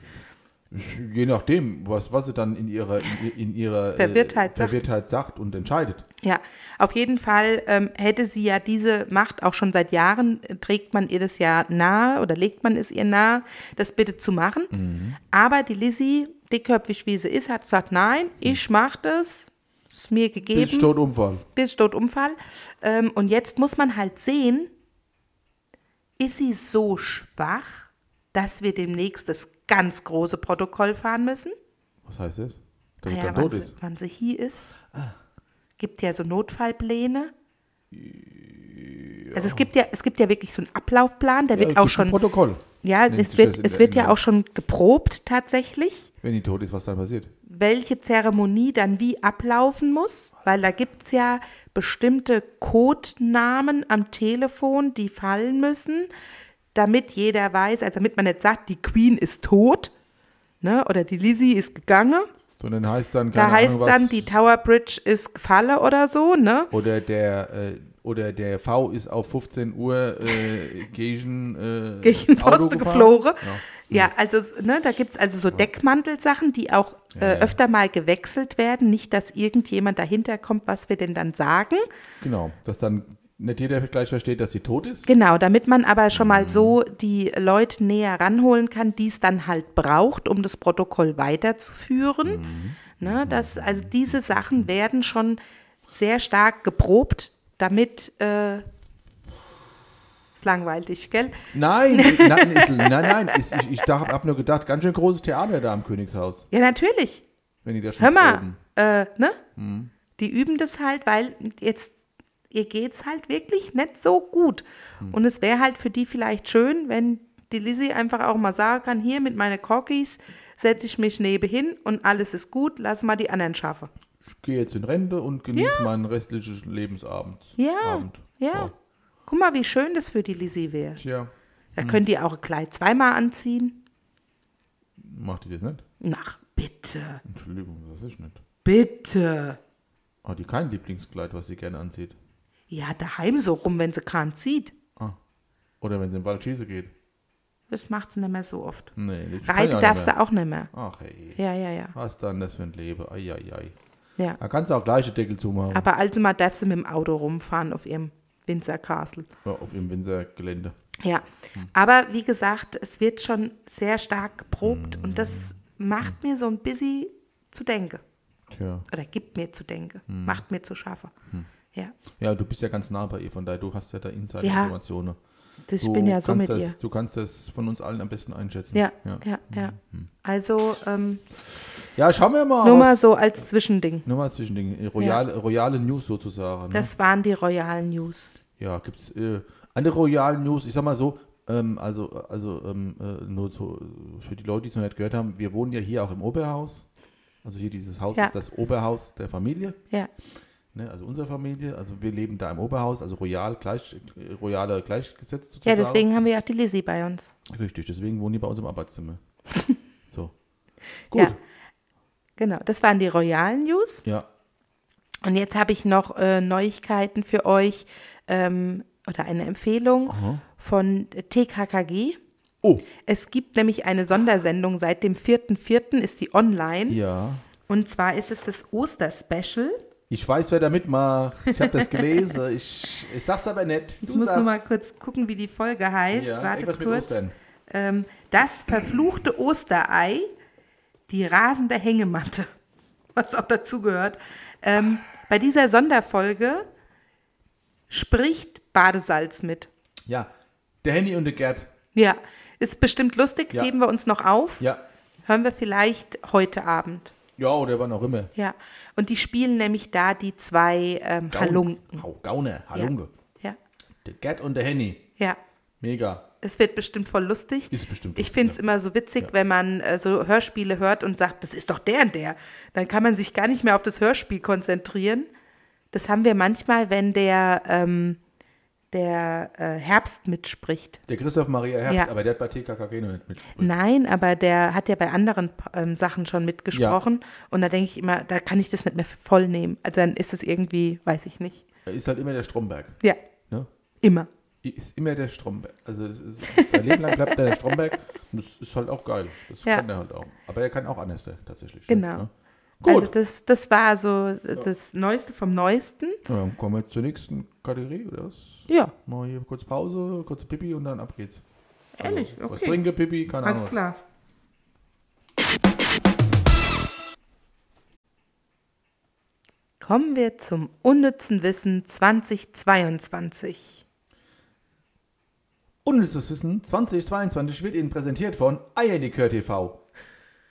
Je nachdem, was, was sie dann in ihrer, in, in ihrer äh, Verwirrtheit sagt. Verwirrtheit sagt und entscheidet. Ja, auf jeden Fall ähm, hätte sie ja diese Macht auch schon seit Jahren, äh, trägt man ihr das ja nahe oder legt man es ihr nahe, das bitte zu machen. Mhm. Aber die Lizzie, dickköpfig wie sie ist, hat gesagt, nein, ich Mhm. mach das, ist mir gegeben, Bis tot Unfall. bis tot Unfall. Ähm, und jetzt muss man halt sehen, ist sie so schwach, dass wir demnächst das ganz große Protokoll fahren müssen? Was heißt das? Damit Naja, er tot wann ist. Ah. Sie, wann sie hier ist. Gibt ja so Notfallpläne. Also es gibt ja, es gibt ja wirklich so einen Ablaufplan, der Ja, wird es auch gibt ein schon, Protokoll. ja, nennt es sich wird, das in es der- wird in ja der- auch schon geprobt tatsächlich, Wenn die tot ist, was dann passiert. welche Zeremonie dann wie ablaufen muss, weil da gibt es ja bestimmte Codenamen am Telefon, die fallen müssen, damit jeder weiß, also damit man nicht sagt, die Queen ist tot, ne, oder die Lizzie ist gegangen. Sondern heißt dann, keine Da heißt Ahnung, was, dann, die Tower Bridge ist gefallen oder so, ne? Oder der, äh, oder der V ist auf 15 Uhr äh, gegen, äh, Gegen das Auto Poste gefahren. geflogen. Ja. Ja, also, ne, da gibt es also so Deckmantelsachen, die auch äh, ja. öfter mal gewechselt werden. Nicht, dass irgendjemand dahinter kommt, was wir denn dann sagen. Genau, dass dann nicht jeder gleich versteht, dass sie tot ist. Genau, damit man aber schon mal so die Leute näher ranholen kann, die es dann halt braucht, um das Protokoll weiterzuführen. Ne, das, also diese Sachen werden schon sehr stark geprobt, damit äh, ist langweilig, gell? Nein, nein, ist, nein, nein, ist, ich, ich habe nur gedacht, ganz schön großes Theater da am Königshaus, Ja, natürlich. wenn die Mhm. da schon Hör mal, proben. äh, ne? Die üben das halt, weil jetzt ihr geht's halt wirklich nicht so gut. Mhm. Und es wäre halt für die vielleicht schön, wenn die Lizzie einfach auch mal sagen kann, hier mit meinen Corgis setze ich mich nebenhin und alles ist gut, lass mal die anderen schaffen. Ich gehe jetzt in Rente und genieße meinen restlichen Lebensabend. Ja, Abend. ja. Guck mal, wie schön das für die Lizzie wäre. Tja, Mhm. Da könnt ihr auch ein Kleid zweimal anziehen. macht die das nicht? Ach, bitte, Entschuldigung, das ist nicht. bitte. Hat die kein Lieblingskleid, was sie gerne anzieht? Ja, daheim so rum, wenn sie keinen zieht. Ah. Oder wenn sie im Wald schießen geht? Das macht sie nicht mehr so oft. Nee, das kann ich Reiten auch darfst nicht du auch nicht mehr. mehr. Ach hey, Ja, ja, ja. was dann das für ein Leben? Eieiei. ja. Da kannst du auch gleiche Deckel zumachen. Aber Alzheimer darf sie mit dem Auto rumfahren auf ihrem Windsor Castle. Ja, auf dem Winzergelände. Ja. Aber wie gesagt, es wird schon sehr stark geprobt und das macht mir so ein bisschen zu denken. Tja. Oder gibt mir zu denken. Macht mir zu schaffen. Ja. Ja, du bist ja ganz nah bei ihr, von daher, du hast ja da Inside-Informationen. Das, ich Du bin ja so mit kannst das, ihr. Du kannst das von uns allen am besten einschätzen. Ja, ja. ja, ja. Also ähm, Ja, schauen wir mal. nur mal was- so als Zwischending. Nur mal zwischending. Royale, royale News sozusagen. Ne? Das waren die royalen News. Ja, gibt es äh, andere royale News. Ich sag mal so, ähm, also, also ähm, äh, nur so, äh, für die Leute, die es noch nicht gehört haben, wir wohnen ja hier auch im Oberhaus. Also hier dieses Haus Ja. ist das Oberhaus der Familie, Ja, ne? also unserer Familie. Also wir leben da im Oberhaus, also royal, gleich, äh, royale Gleichgesetz sozusagen. ja deswegen haben wir ja auch die Lizzie bei uns. Richtig, deswegen wohnen die bei uns im Arbeitszimmer. so. Gut. Ja. Genau, das waren die royalen News. Ja, Und jetzt habe ich noch äh, Neuigkeiten für euch ähm, oder eine Empfehlung von TKKG. Oh, Es gibt nämlich eine Sondersendung, seit dem 4.4. ist die online. ja. Und zwar ist es das Osterspecial. Ich weiß, wer da mitmacht. Ich habe das gelesen. Ich, ich sag's aber nicht. Ich Du muss sagst. nur mal kurz gucken, wie die Folge heißt. Ja, Wartet irgendwas mit kurz. Ostern. Ähm, das verfluchte Osterei, die rasende Hängematte, was auch dazu gehört. Ähm, bei dieser Sonderfolge spricht Badesalz mit. Ja, der Henny und der Gerd. Ja, ist bestimmt lustig. Ja. Heben wir uns noch auf. Ja. Hören wir vielleicht heute Abend. Ja, oder wann auch immer. Ja. Und die spielen nämlich da die zwei ähm, Gaun- Halunken. Hau, Gaune, Ja. Halunge. ja. Der Gerd und der Henny. Ja. Mega. Es wird bestimmt voll lustig. Ist bestimmt Ich lustig, finde es ja. immer so witzig, wenn man äh, so Hörspiele hört und sagt, das ist doch der und der. Dann kann man sich gar nicht mehr auf das Hörspiel konzentrieren. Das haben wir manchmal, wenn der, ähm, der äh, Herbst mitspricht. Der Christoph Maria Herbst, Ja. aber der hat bei TKKG noch nicht mitgespielt. Nein, aber der hat ja bei anderen ähm, Sachen schon mitgesprochen. Und da denke ich immer, da kann ich das nicht mehr voll nehmen. Also dann ist es irgendwie, weiß ich nicht. Er ist halt immer der Stromberg. Ja, Ne? immer. Ist immer der Stromberg. Also es ist, sein Leben lang bleibt er der Stromberg. Das ist halt auch geil. Das Ja. kann er halt auch. Aber er kann auch anders äh, tatsächlich. Genau. Ne? Also Gut. das, das war so das Neueste vom Neuesten. dann kommen wir zur nächsten Kategorie, oder was? Ja, Mal hier kurz Pause, kurze Pipi und dann ab geht's. Also, ehrlich, Was okay. trinke, Pipi, keine Alles Ahnung. klar. Kommen wir zum unnützen Wissen 2022. Unnützes Wissen 2022 wird Ihnen präsentiert von Eierlikör TV.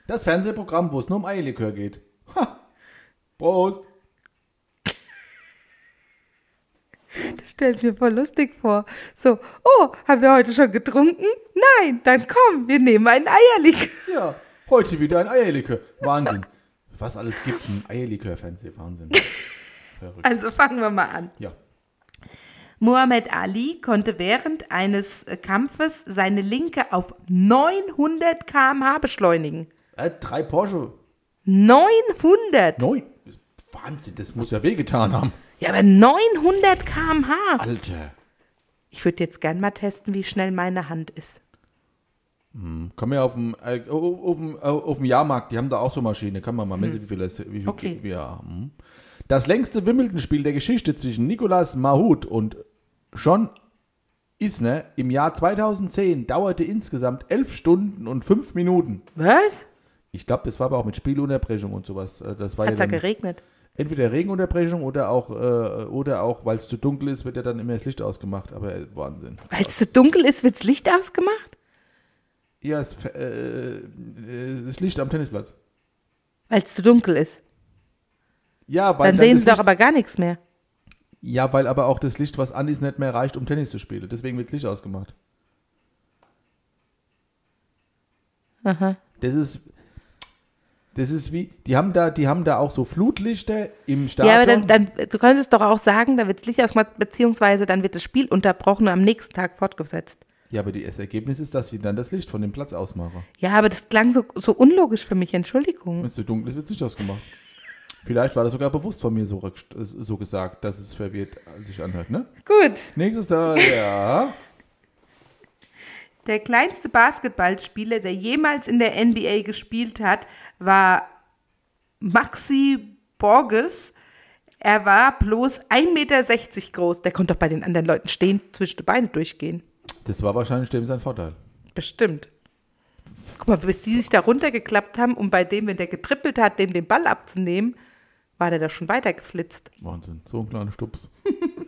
Das Fernsehprogramm, wo es nur um Eierlikör geht. Ha! Prost! Das stellt mir voll lustig vor. So, oh, haben wir heute schon getrunken? Nein, dann komm, wir nehmen einen Eierlikör. Ja, heute wieder ein Eierlikör. Wahnsinn. Was alles gibt im Eierlikör-Fernseh. Wahnsinn. Verrückt. Also fangen wir mal an. Ja. Muhammad Ali konnte während eines äh, Kampfes seine linke auf 900 km/h beschleunigen. Äh, drei Porsche. 900! Neun. Wahnsinn, das muss ja wehgetan haben. Ja, aber 900 km/h! Alter. Ich würde jetzt gern mal testen, wie schnell meine Hand ist. Komm her auf dem, äh, auf, auf, dem, äh, auf dem Jahrmarkt, die haben da auch so Maschine, kann man mal messen, wie viel, das, wie viel Hm. Okay. wir haben. Das längste Wimbledon-Spiel der Geschichte zwischen Nicolas Mahut und John Isner im Jahr 2010 dauerte insgesamt 11 Stunden und 5 Minuten. Was? Ich glaube, das war aber auch mit Spielunterbrechung und sowas. Äh, Das war Hat es ja da dann geregnet? entweder Regenunterbrechung oder auch, äh, oder auch weil es zu dunkel ist, wird ja dann immer das Licht ausgemacht. Aber äh, Wahnsinn. Weil es zu dunkel ist, wird das Licht ausgemacht? Ja, es, ver- äh, äh, das Licht am Tennisplatz. Weil es zu dunkel ist. Ja, weil Dann sehen das sie doch Licht- aber gar nichts mehr. Ja, weil aber auch das Licht, was an ist, nicht mehr reicht, um Tennis zu spielen. Deswegen wird Licht ausgemacht. Aha. Das ist. Das ist wie. Die haben da, die haben da auch so Flutlichter im Stadion. Ja, aber dann, dann, du könntest doch auch sagen, dann wird das Licht ausgemacht, beziehungsweise dann wird das Spiel unterbrochen und am nächsten Tag fortgesetzt. ja, aber die, das Ergebnis ist, dass sie dann das Licht von dem Platz ausmachen. Ja, aber das klang so, so unlogisch für mich, Entschuldigung. Wenn es zu dunkel ist, wird Licht ausgemacht. Vielleicht war das sogar bewusst von mir so, rückst- so gesagt, dass es verwirrt sich anhört, ne? Gut. Nächstes Mal, ja. Der kleinste Basketballspieler, der jemals in der NBA gespielt hat, war Maxi Borges. Er war bloß 1,60 Meter groß. Der konnte doch bei den anderen Leuten stehen, zwischen die Beine durchgehen. Das war wahrscheinlich dem sein Vorteil. Bestimmt. Guck mal, bis die sich da runtergeklappt haben, um bei dem, wenn der getrippelt hat, dem den Ball abzunehmen, war der da schon weitergeflitzt. Wahnsinn, so ein kleiner Stups.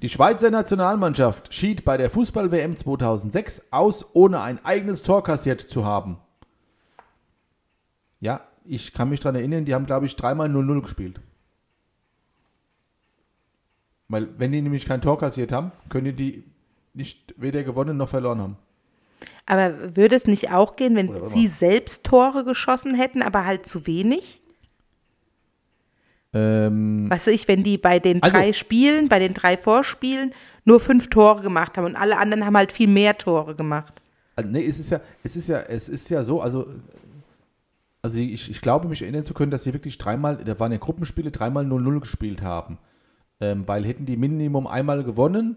Die Schweizer Nationalmannschaft schied bei der Fußball-WM 2006 aus, ohne ein eigenes Tor kassiert zu haben. Ja, ich kann mich daran erinnern, die haben, glaube ich, dreimal 0-0 gespielt. Weil, wenn die nämlich kein Tor kassiert haben, können die nicht weder gewonnen noch verloren haben. Aber würde es nicht auch gehen, wenn Oder warte sie selbst Tore geschossen hätten, aber halt zu wenig? Ähm, Was weiß ich, wenn die bei den Also- drei Spielen, bei den drei Vorspielen nur fünf Tore gemacht haben und alle anderen haben halt viel mehr Tore gemacht. also, nee, es ist ja, es ist ja, es ist ja so, also, also ich, ich glaube, mich erinnern zu können, dass sie wirklich dreimal, da waren ja Gruppenspiele, dreimal 0-0 gespielt haben. Ähm, weil hätten die Minimum einmal gewonnen,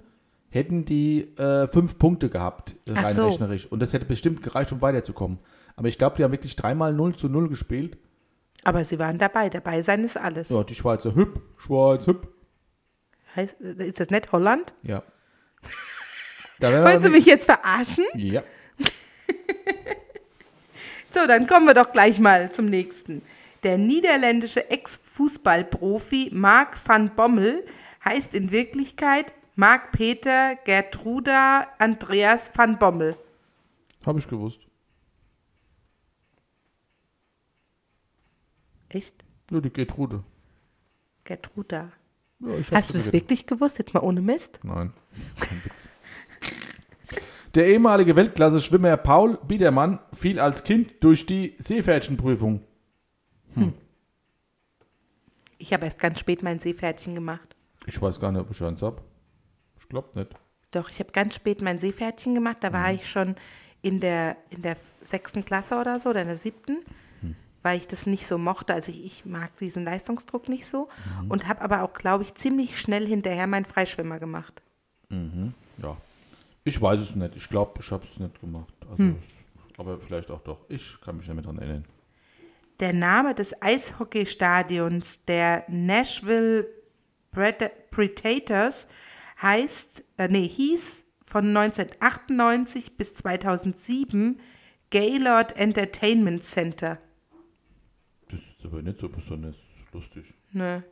hätten die äh, fünf Punkte gehabt, äh, Ach rein so. rechnerisch. Und das hätte bestimmt gereicht, um weiterzukommen. Aber ich glaube, die haben wirklich dreimal 0 zu 0 gespielt. Aber sie waren dabei. Dabei sein ist alles. Ja, die Schweizer, hüpp, Schweiz, hüpp. Heißt, ist das nicht Holland? Ja. Da wären wir Wolltest du aber mich jetzt verarschen? nicht- Ja. So, dann kommen wir doch gleich mal zum nächsten. Der niederländische Ex-Fußballprofi Mark van Bommel heißt in Wirklichkeit Mark Peter Gertruda Andreas van Bommel. Habe ich gewusst. Echt? Ja, die Gertrude. Gertruda. Ja, ich hab's Hast du das gewusst. wirklich gewusst? Jetzt mal ohne Mist? Nein. Kein Witz. Der ehemalige Weltklasse-Schwimmer Paul Biedermann fiel als Kind durch die Seepferdchenprüfung. Ich habe erst ganz spät mein Seepferdchen gemacht. Ich weiß gar nicht, ob ich eins habe. Ich glaube nicht. Doch, ich habe ganz spät mein Seepferdchen gemacht. Da war ich schon in der, in der sechsten Klasse oder so, oder in der siebten, weil ich das nicht so mochte. Also ich, ich mag diesen Leistungsdruck nicht so und habe aber auch, glaube ich, ziemlich schnell hinterher meinen Freischwimmer gemacht. Ja. Ich weiß es nicht. Ich glaube, ich habe es nicht gemacht. Also, Aber vielleicht auch doch. Ich kann mich damit dran erinnern. Der Name des Eishockeystadions der Nashville Pred- Predators heißt, äh, nee, hieß von 1998 bis 2007 Gaylord Entertainment Center. Das ist aber nicht so besonders lustig. Ne?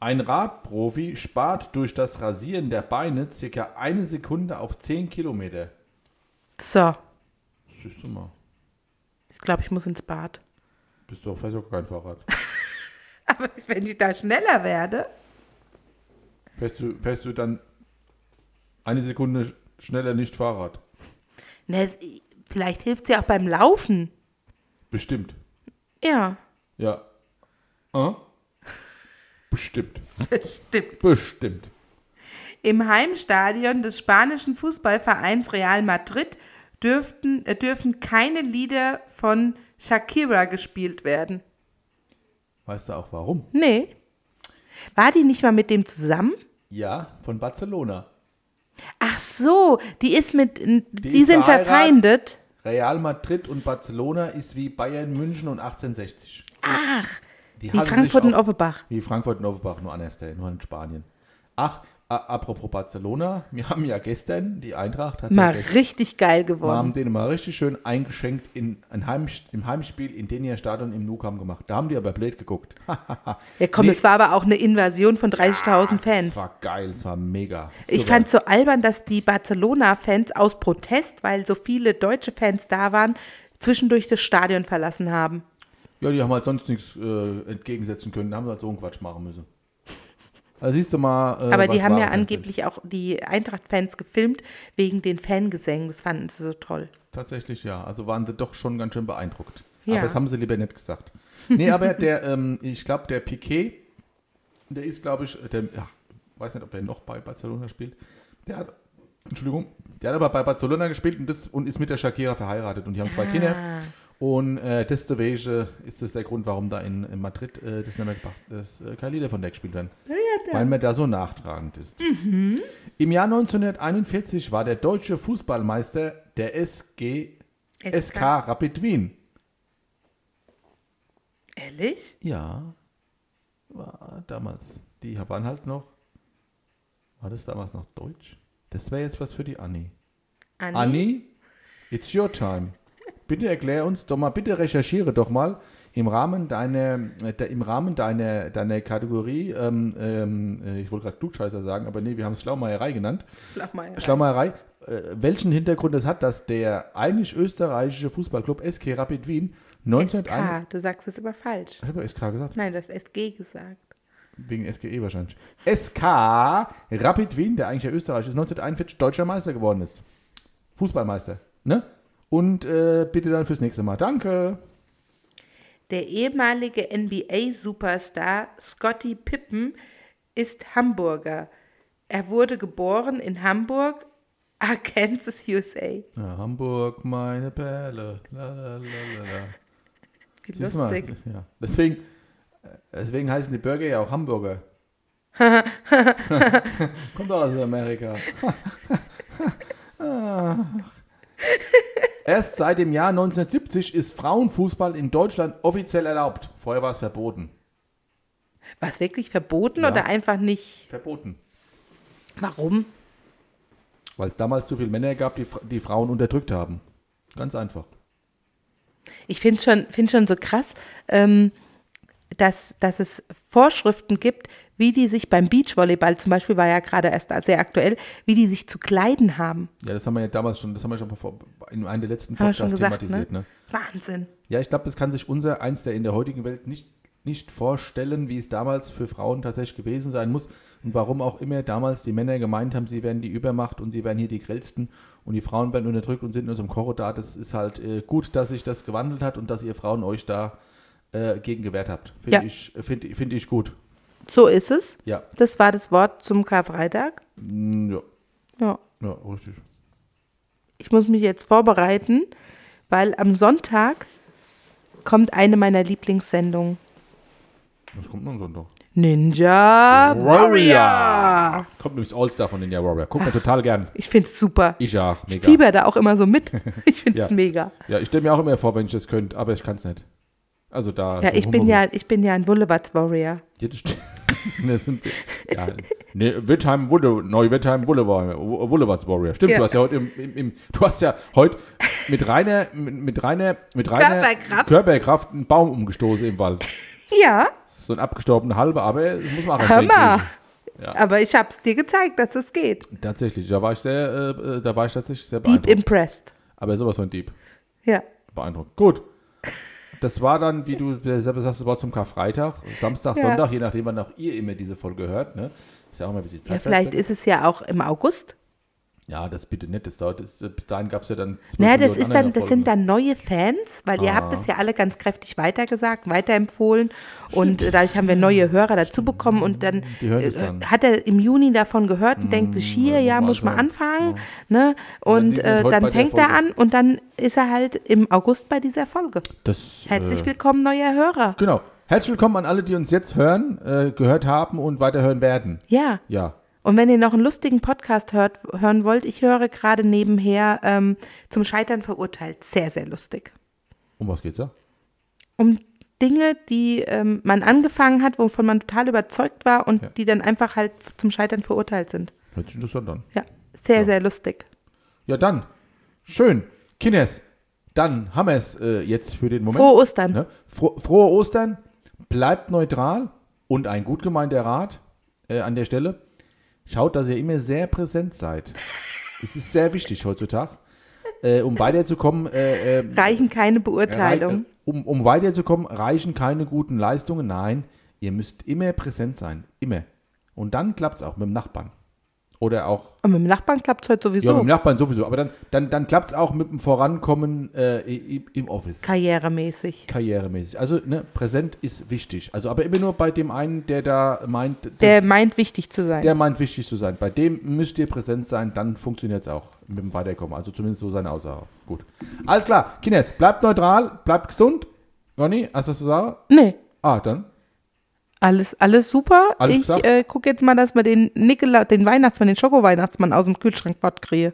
Ein Radprofi spart durch das Rasieren der Beine circa eine Sekunde auf 10 Kilometer. So, Siehst du mal. ich glaube, ich muss ins Bad. Bist du auf Facebook kein Fahrrad. Aber wenn ich da schneller werde, Fährst du, fährst du dann eine Sekunde schneller nicht Fahrrad? ne, es- vielleicht hilft es ja auch beim Laufen. Bestimmt. Ja, Ja. Äh? Bestimmt. stimmt. Bestimmt. Im Heimstadion des spanischen Fußballvereins Real Madrid dürften, äh, dürfen keine Lieder von Shakira gespielt werden. Weißt du auch warum? Nee. Ne. War die nicht mal mit dem zusammen? Ja, von Barcelona. Ach so, die ist mit, die, ist verheiratet. sind verfeindet. Real Madrid und Barcelona ist wie Bayern München und 1860. Ach, Die wie hassen sich Frankfurt und auf- Offenbach. Wie Frankfurt und Offenbach, nur anders, der, nur in Spanien. Ach, a- apropos Barcelona, wir haben ja gestern, die Eintracht hat Mal ja gestern, richtig geil wir haben geworden. denen mal richtig schön eingeschenkt in ein Heim, im Heimspiel in den ihr Stadion im Nou Camp gemacht. Da haben die aber blöd geguckt. Ja komm, Nee. es war aber auch eine Invasion von 30.000 Fans. Das war geil, das war mega. Ich Super. fand es so albern, dass die Barcelona-Fans aus Protest, weil so viele deutsche Fans da waren, zwischendurch das Stadion verlassen haben. Ja, die haben halt sonst nichts äh, entgegensetzen können. Da haben sie halt so einen Quatsch machen müssen. Also siehst du mal. äh, Aber die was haben wahre ja Fans angeblich auch die Eintracht-Fans gefilmt wegen den Fangesängen. Das fanden sie so toll. sind. Tatsächlich ja. Also waren sie doch schon ganz schön beeindruckt. Ja. Aber das haben sie lieber nicht gesagt. Nee, aber der, ähm, ich glaube, der Piquet, der ist, glaube ich, der, ja, weiß nicht, ob der noch bei Barcelona spielt. Der hat, Entschuldigung, der hat aber bei Barcelona gespielt und, das, und ist mit der Shakira verheiratet und die haben zwei Ah. Kinder. Und äh, deswegen ist das der Grund, warum da in, in Madrid äh, das nicht mehr gebracht, das äh, kein Lieder von der gespielt werden. weil man da so nachtragend ist. Im Jahr 1941 war der deutsche Fußballmeister der SG SK, SK. Rapid Wien. Ehrlich? Ja, war damals. Die waren halt noch. War das damals noch Deutsch? Das wäre jetzt was für die Annie. Anni? Anni, it's your time. Bitte erklär uns doch mal, bitte recherchiere doch mal im Rahmen deiner, äh, de, im Rahmen deiner, deiner Kategorie, ähm, ähm, äh, ich wollte gerade Klugscheißer sagen, aber nee, wir haben es Schlaumeierei genannt. Lach mal. Schlaumeierei, äh, welchen Hintergrund es hat, dass der eigentlich österreichische Fußballclub SK Rapid Wien 1901. SK, du sagst es aber falsch. Ich habe SK gesagt. Nein, du hast SG gesagt. Wegen SGE wahrscheinlich. SK Rapid Wien, der eigentlich ja Österreich ist, 1941 deutscher Meister geworden ist. Fußballmeister. Ne? Und äh, bitte dann fürs nächste Mal. Danke. Der ehemalige NBA-Superstar Scotty Pippen ist Hamburger. Er wurde geboren in Hamburg, Arkansas, USA. Ja, Hamburg, meine Perle. La, la, la, la, la. Wie Siehst du mal? lustig. Ja. Deswegen, äh, deswegen heißen die Burger ja auch Hamburger. Kommt doch aus Amerika. Ach. Erst seit dem Jahr 1970 ist Frauenfußball in Deutschland offiziell erlaubt. Vorher war es verboten. War es wirklich verboten Ja. oder einfach nicht? Verboten. Warum? Weil es damals zu viele Männer gab, die, Fra- die Frauen unterdrückt haben. Ganz einfach. Ich finde schon, find schon so krass, ähm, dass, dass es Vorschriften gibt, wie die sich beim Beachvolleyball zum Beispiel, war ja gerade erst sehr aktuell, wie die sich zu kleiden haben. Ja, das haben wir ja damals schon, das haben wir schon vor, in einem der letzten Haben wir Podcasts schon gesagt, ne? thematisiert. Ne? Wahnsinn. Ja, ich glaube, das kann sich unser eins der in der heutigen Welt nicht, nicht vorstellen, wie es damals für Frauen tatsächlich gewesen sein muss und warum auch immer damals die Männer gemeint haben, sie wären die Übermacht und sie wären hier die Grellsten und die Frauen werden unterdrückt und sind in unserem Koro da. Das ist halt äh, gut, dass sich das gewandelt hat und dass ihr Frauen euch da äh, gegen gewehrt habt. Finde Ja. ich, find, find ich gut. So ist es. Ja. Das war das Wort zum Karfreitag. Mm, ja, Ja. ja, richtig. Ich muss mich jetzt vorbereiten, weil am Sonntag kommt eine meiner Lieblingssendungen. Was kommt denn am Sonntag? Ninja Warrior. Kommt nämlich All-Star von Ninja Warrior. Guckt mir total gern. Ich finde es super. Ich ja, Ich mega. fieber da auch immer so mit. Ich finde es Ja. mega. Ja, ich stelle mir auch immer vor, wenn ich das könnte, aber ich kann es nicht. Also da. Ja, ich bin ja, ich bin ja ein Wollewatz-Warrior. Jede St- Das sind, ja, nee, Wittheim Wulle, neu Wittheim Boulevard, Boulevards Warrior. Stimmt, Ja. du hast ja heute im, im, im, du hast ja heute mit reiner, mit mit reiner, mit reiner Körperkraft. Körperkraft einen Baum umgestoßen im Wald. Ja, So ein abgestorbener halber, aber das muss man auch hör erst mal. hinkriegen. Ja. Aber ich hab's dir gezeigt, dass es geht. Tatsächlich, da war ich sehr, äh, äh, da war ich tatsächlich sehr Deep beeindruckt. impressed. aber sowas von Dieb. Ja. Beeindruckt. Gut. Das war dann, wie du selber sagst, das war zum Karfreitag, Samstag, Ja. Sonntag, je nachdem, wann auch ihr immer diese Folge hört. Ne? Ist ja auch mal ein bisschen Zeit. Ja, vielleicht ist es ja auch im August. Ja, das bitte nicht. Das dauert, das, bis dahin gab es ja dann. zwölf Naja, das Millionen ist dann, andere Ah. das sind Folgen. dann neue Fans, weil ihr habt es ja alle ganz kräftig weitergesagt, weiterempfohlen und äh, dadurch haben wir neue Hörer dazu bekommen und dann, Die hören äh, es dann. hat er im Juni davon gehört und denkt sich hier, also ja, mal muss ich mal anschauen. anfangen, ne? dann halt Und sind wir äh, heute dann bei der fängt er Folge. an und dann ist er halt im August bei dieser Folge. Das, Herzlich äh, willkommen, neuer Hörer. Genau. Herzlich willkommen an alle, die uns jetzt hören, äh, gehört haben und weiterhören werden. Ja. Ja. Und wenn ihr noch einen lustigen Podcast hört, hören wollt, ich höre gerade nebenher ähm, zum Scheitern verurteilt. Sehr, sehr lustig. Um was geht's da? um Dinge, die ähm, man angefangen hat, wovon man total überzeugt war und Ja. die dann einfach halt zum Scheitern verurteilt sind. Hört sich interessant an. Ja, sehr, sehr lustig. Ja, dann. Schön. Kines. Dann haben wir es äh, jetzt für den Moment. Frohe Ostern. Ne? Fro frohe Ostern. Bleibt neutral und ein gut gemeinter Rat äh, an der Stelle. Schaut, dass ihr immer sehr präsent seid. Es ist sehr wichtig heutzutage. Äh, um weiterzukommen, äh, äh, Reichen keine Rei- Beurteilung. äh, Um, um weiterzukommen, reichen keine guten Leistungen. Nein, ihr müsst immer präsent sein. Immer. Und dann klappt es auch mit dem Nachbarn. Oder auch. Und mit dem Nachbarn klappt es heute Ja, mit sowieso dem Nachbarn sowieso. Aber dann, dann, dann klappt es auch mit dem Vorankommen äh, i- im Office. karrieremäßig. Karrieremäßig. Also, ne, präsent ist wichtig. Also, aber immer nur bei dem einen, der da meint, das- Der meint wichtig zu sein. der meint wichtig zu sein. Bei dem müsst ihr präsent sein, dann funktioniert es auch mit dem Weiterkommen. Also zumindest so seine Aussage. Gut. Alles klar, Kines, bleibt neutral, bleibt gesund. Ronny, hast du was zu sagen? nee, Ah, dann. alles, alles super. Alles ich gesagt? äh, gucke jetzt mal, dass wir den Nikola, den Weihnachtsmann, den Schoko-Weihnachtsmann aus dem Kühlschrank bot kriege.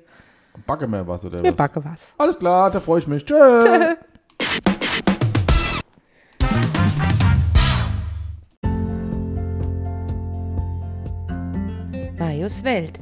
Backe mir was oder Wir was? backe was. Alles klar, da freue ich mich. Tschö. Tschö. Marius Welt.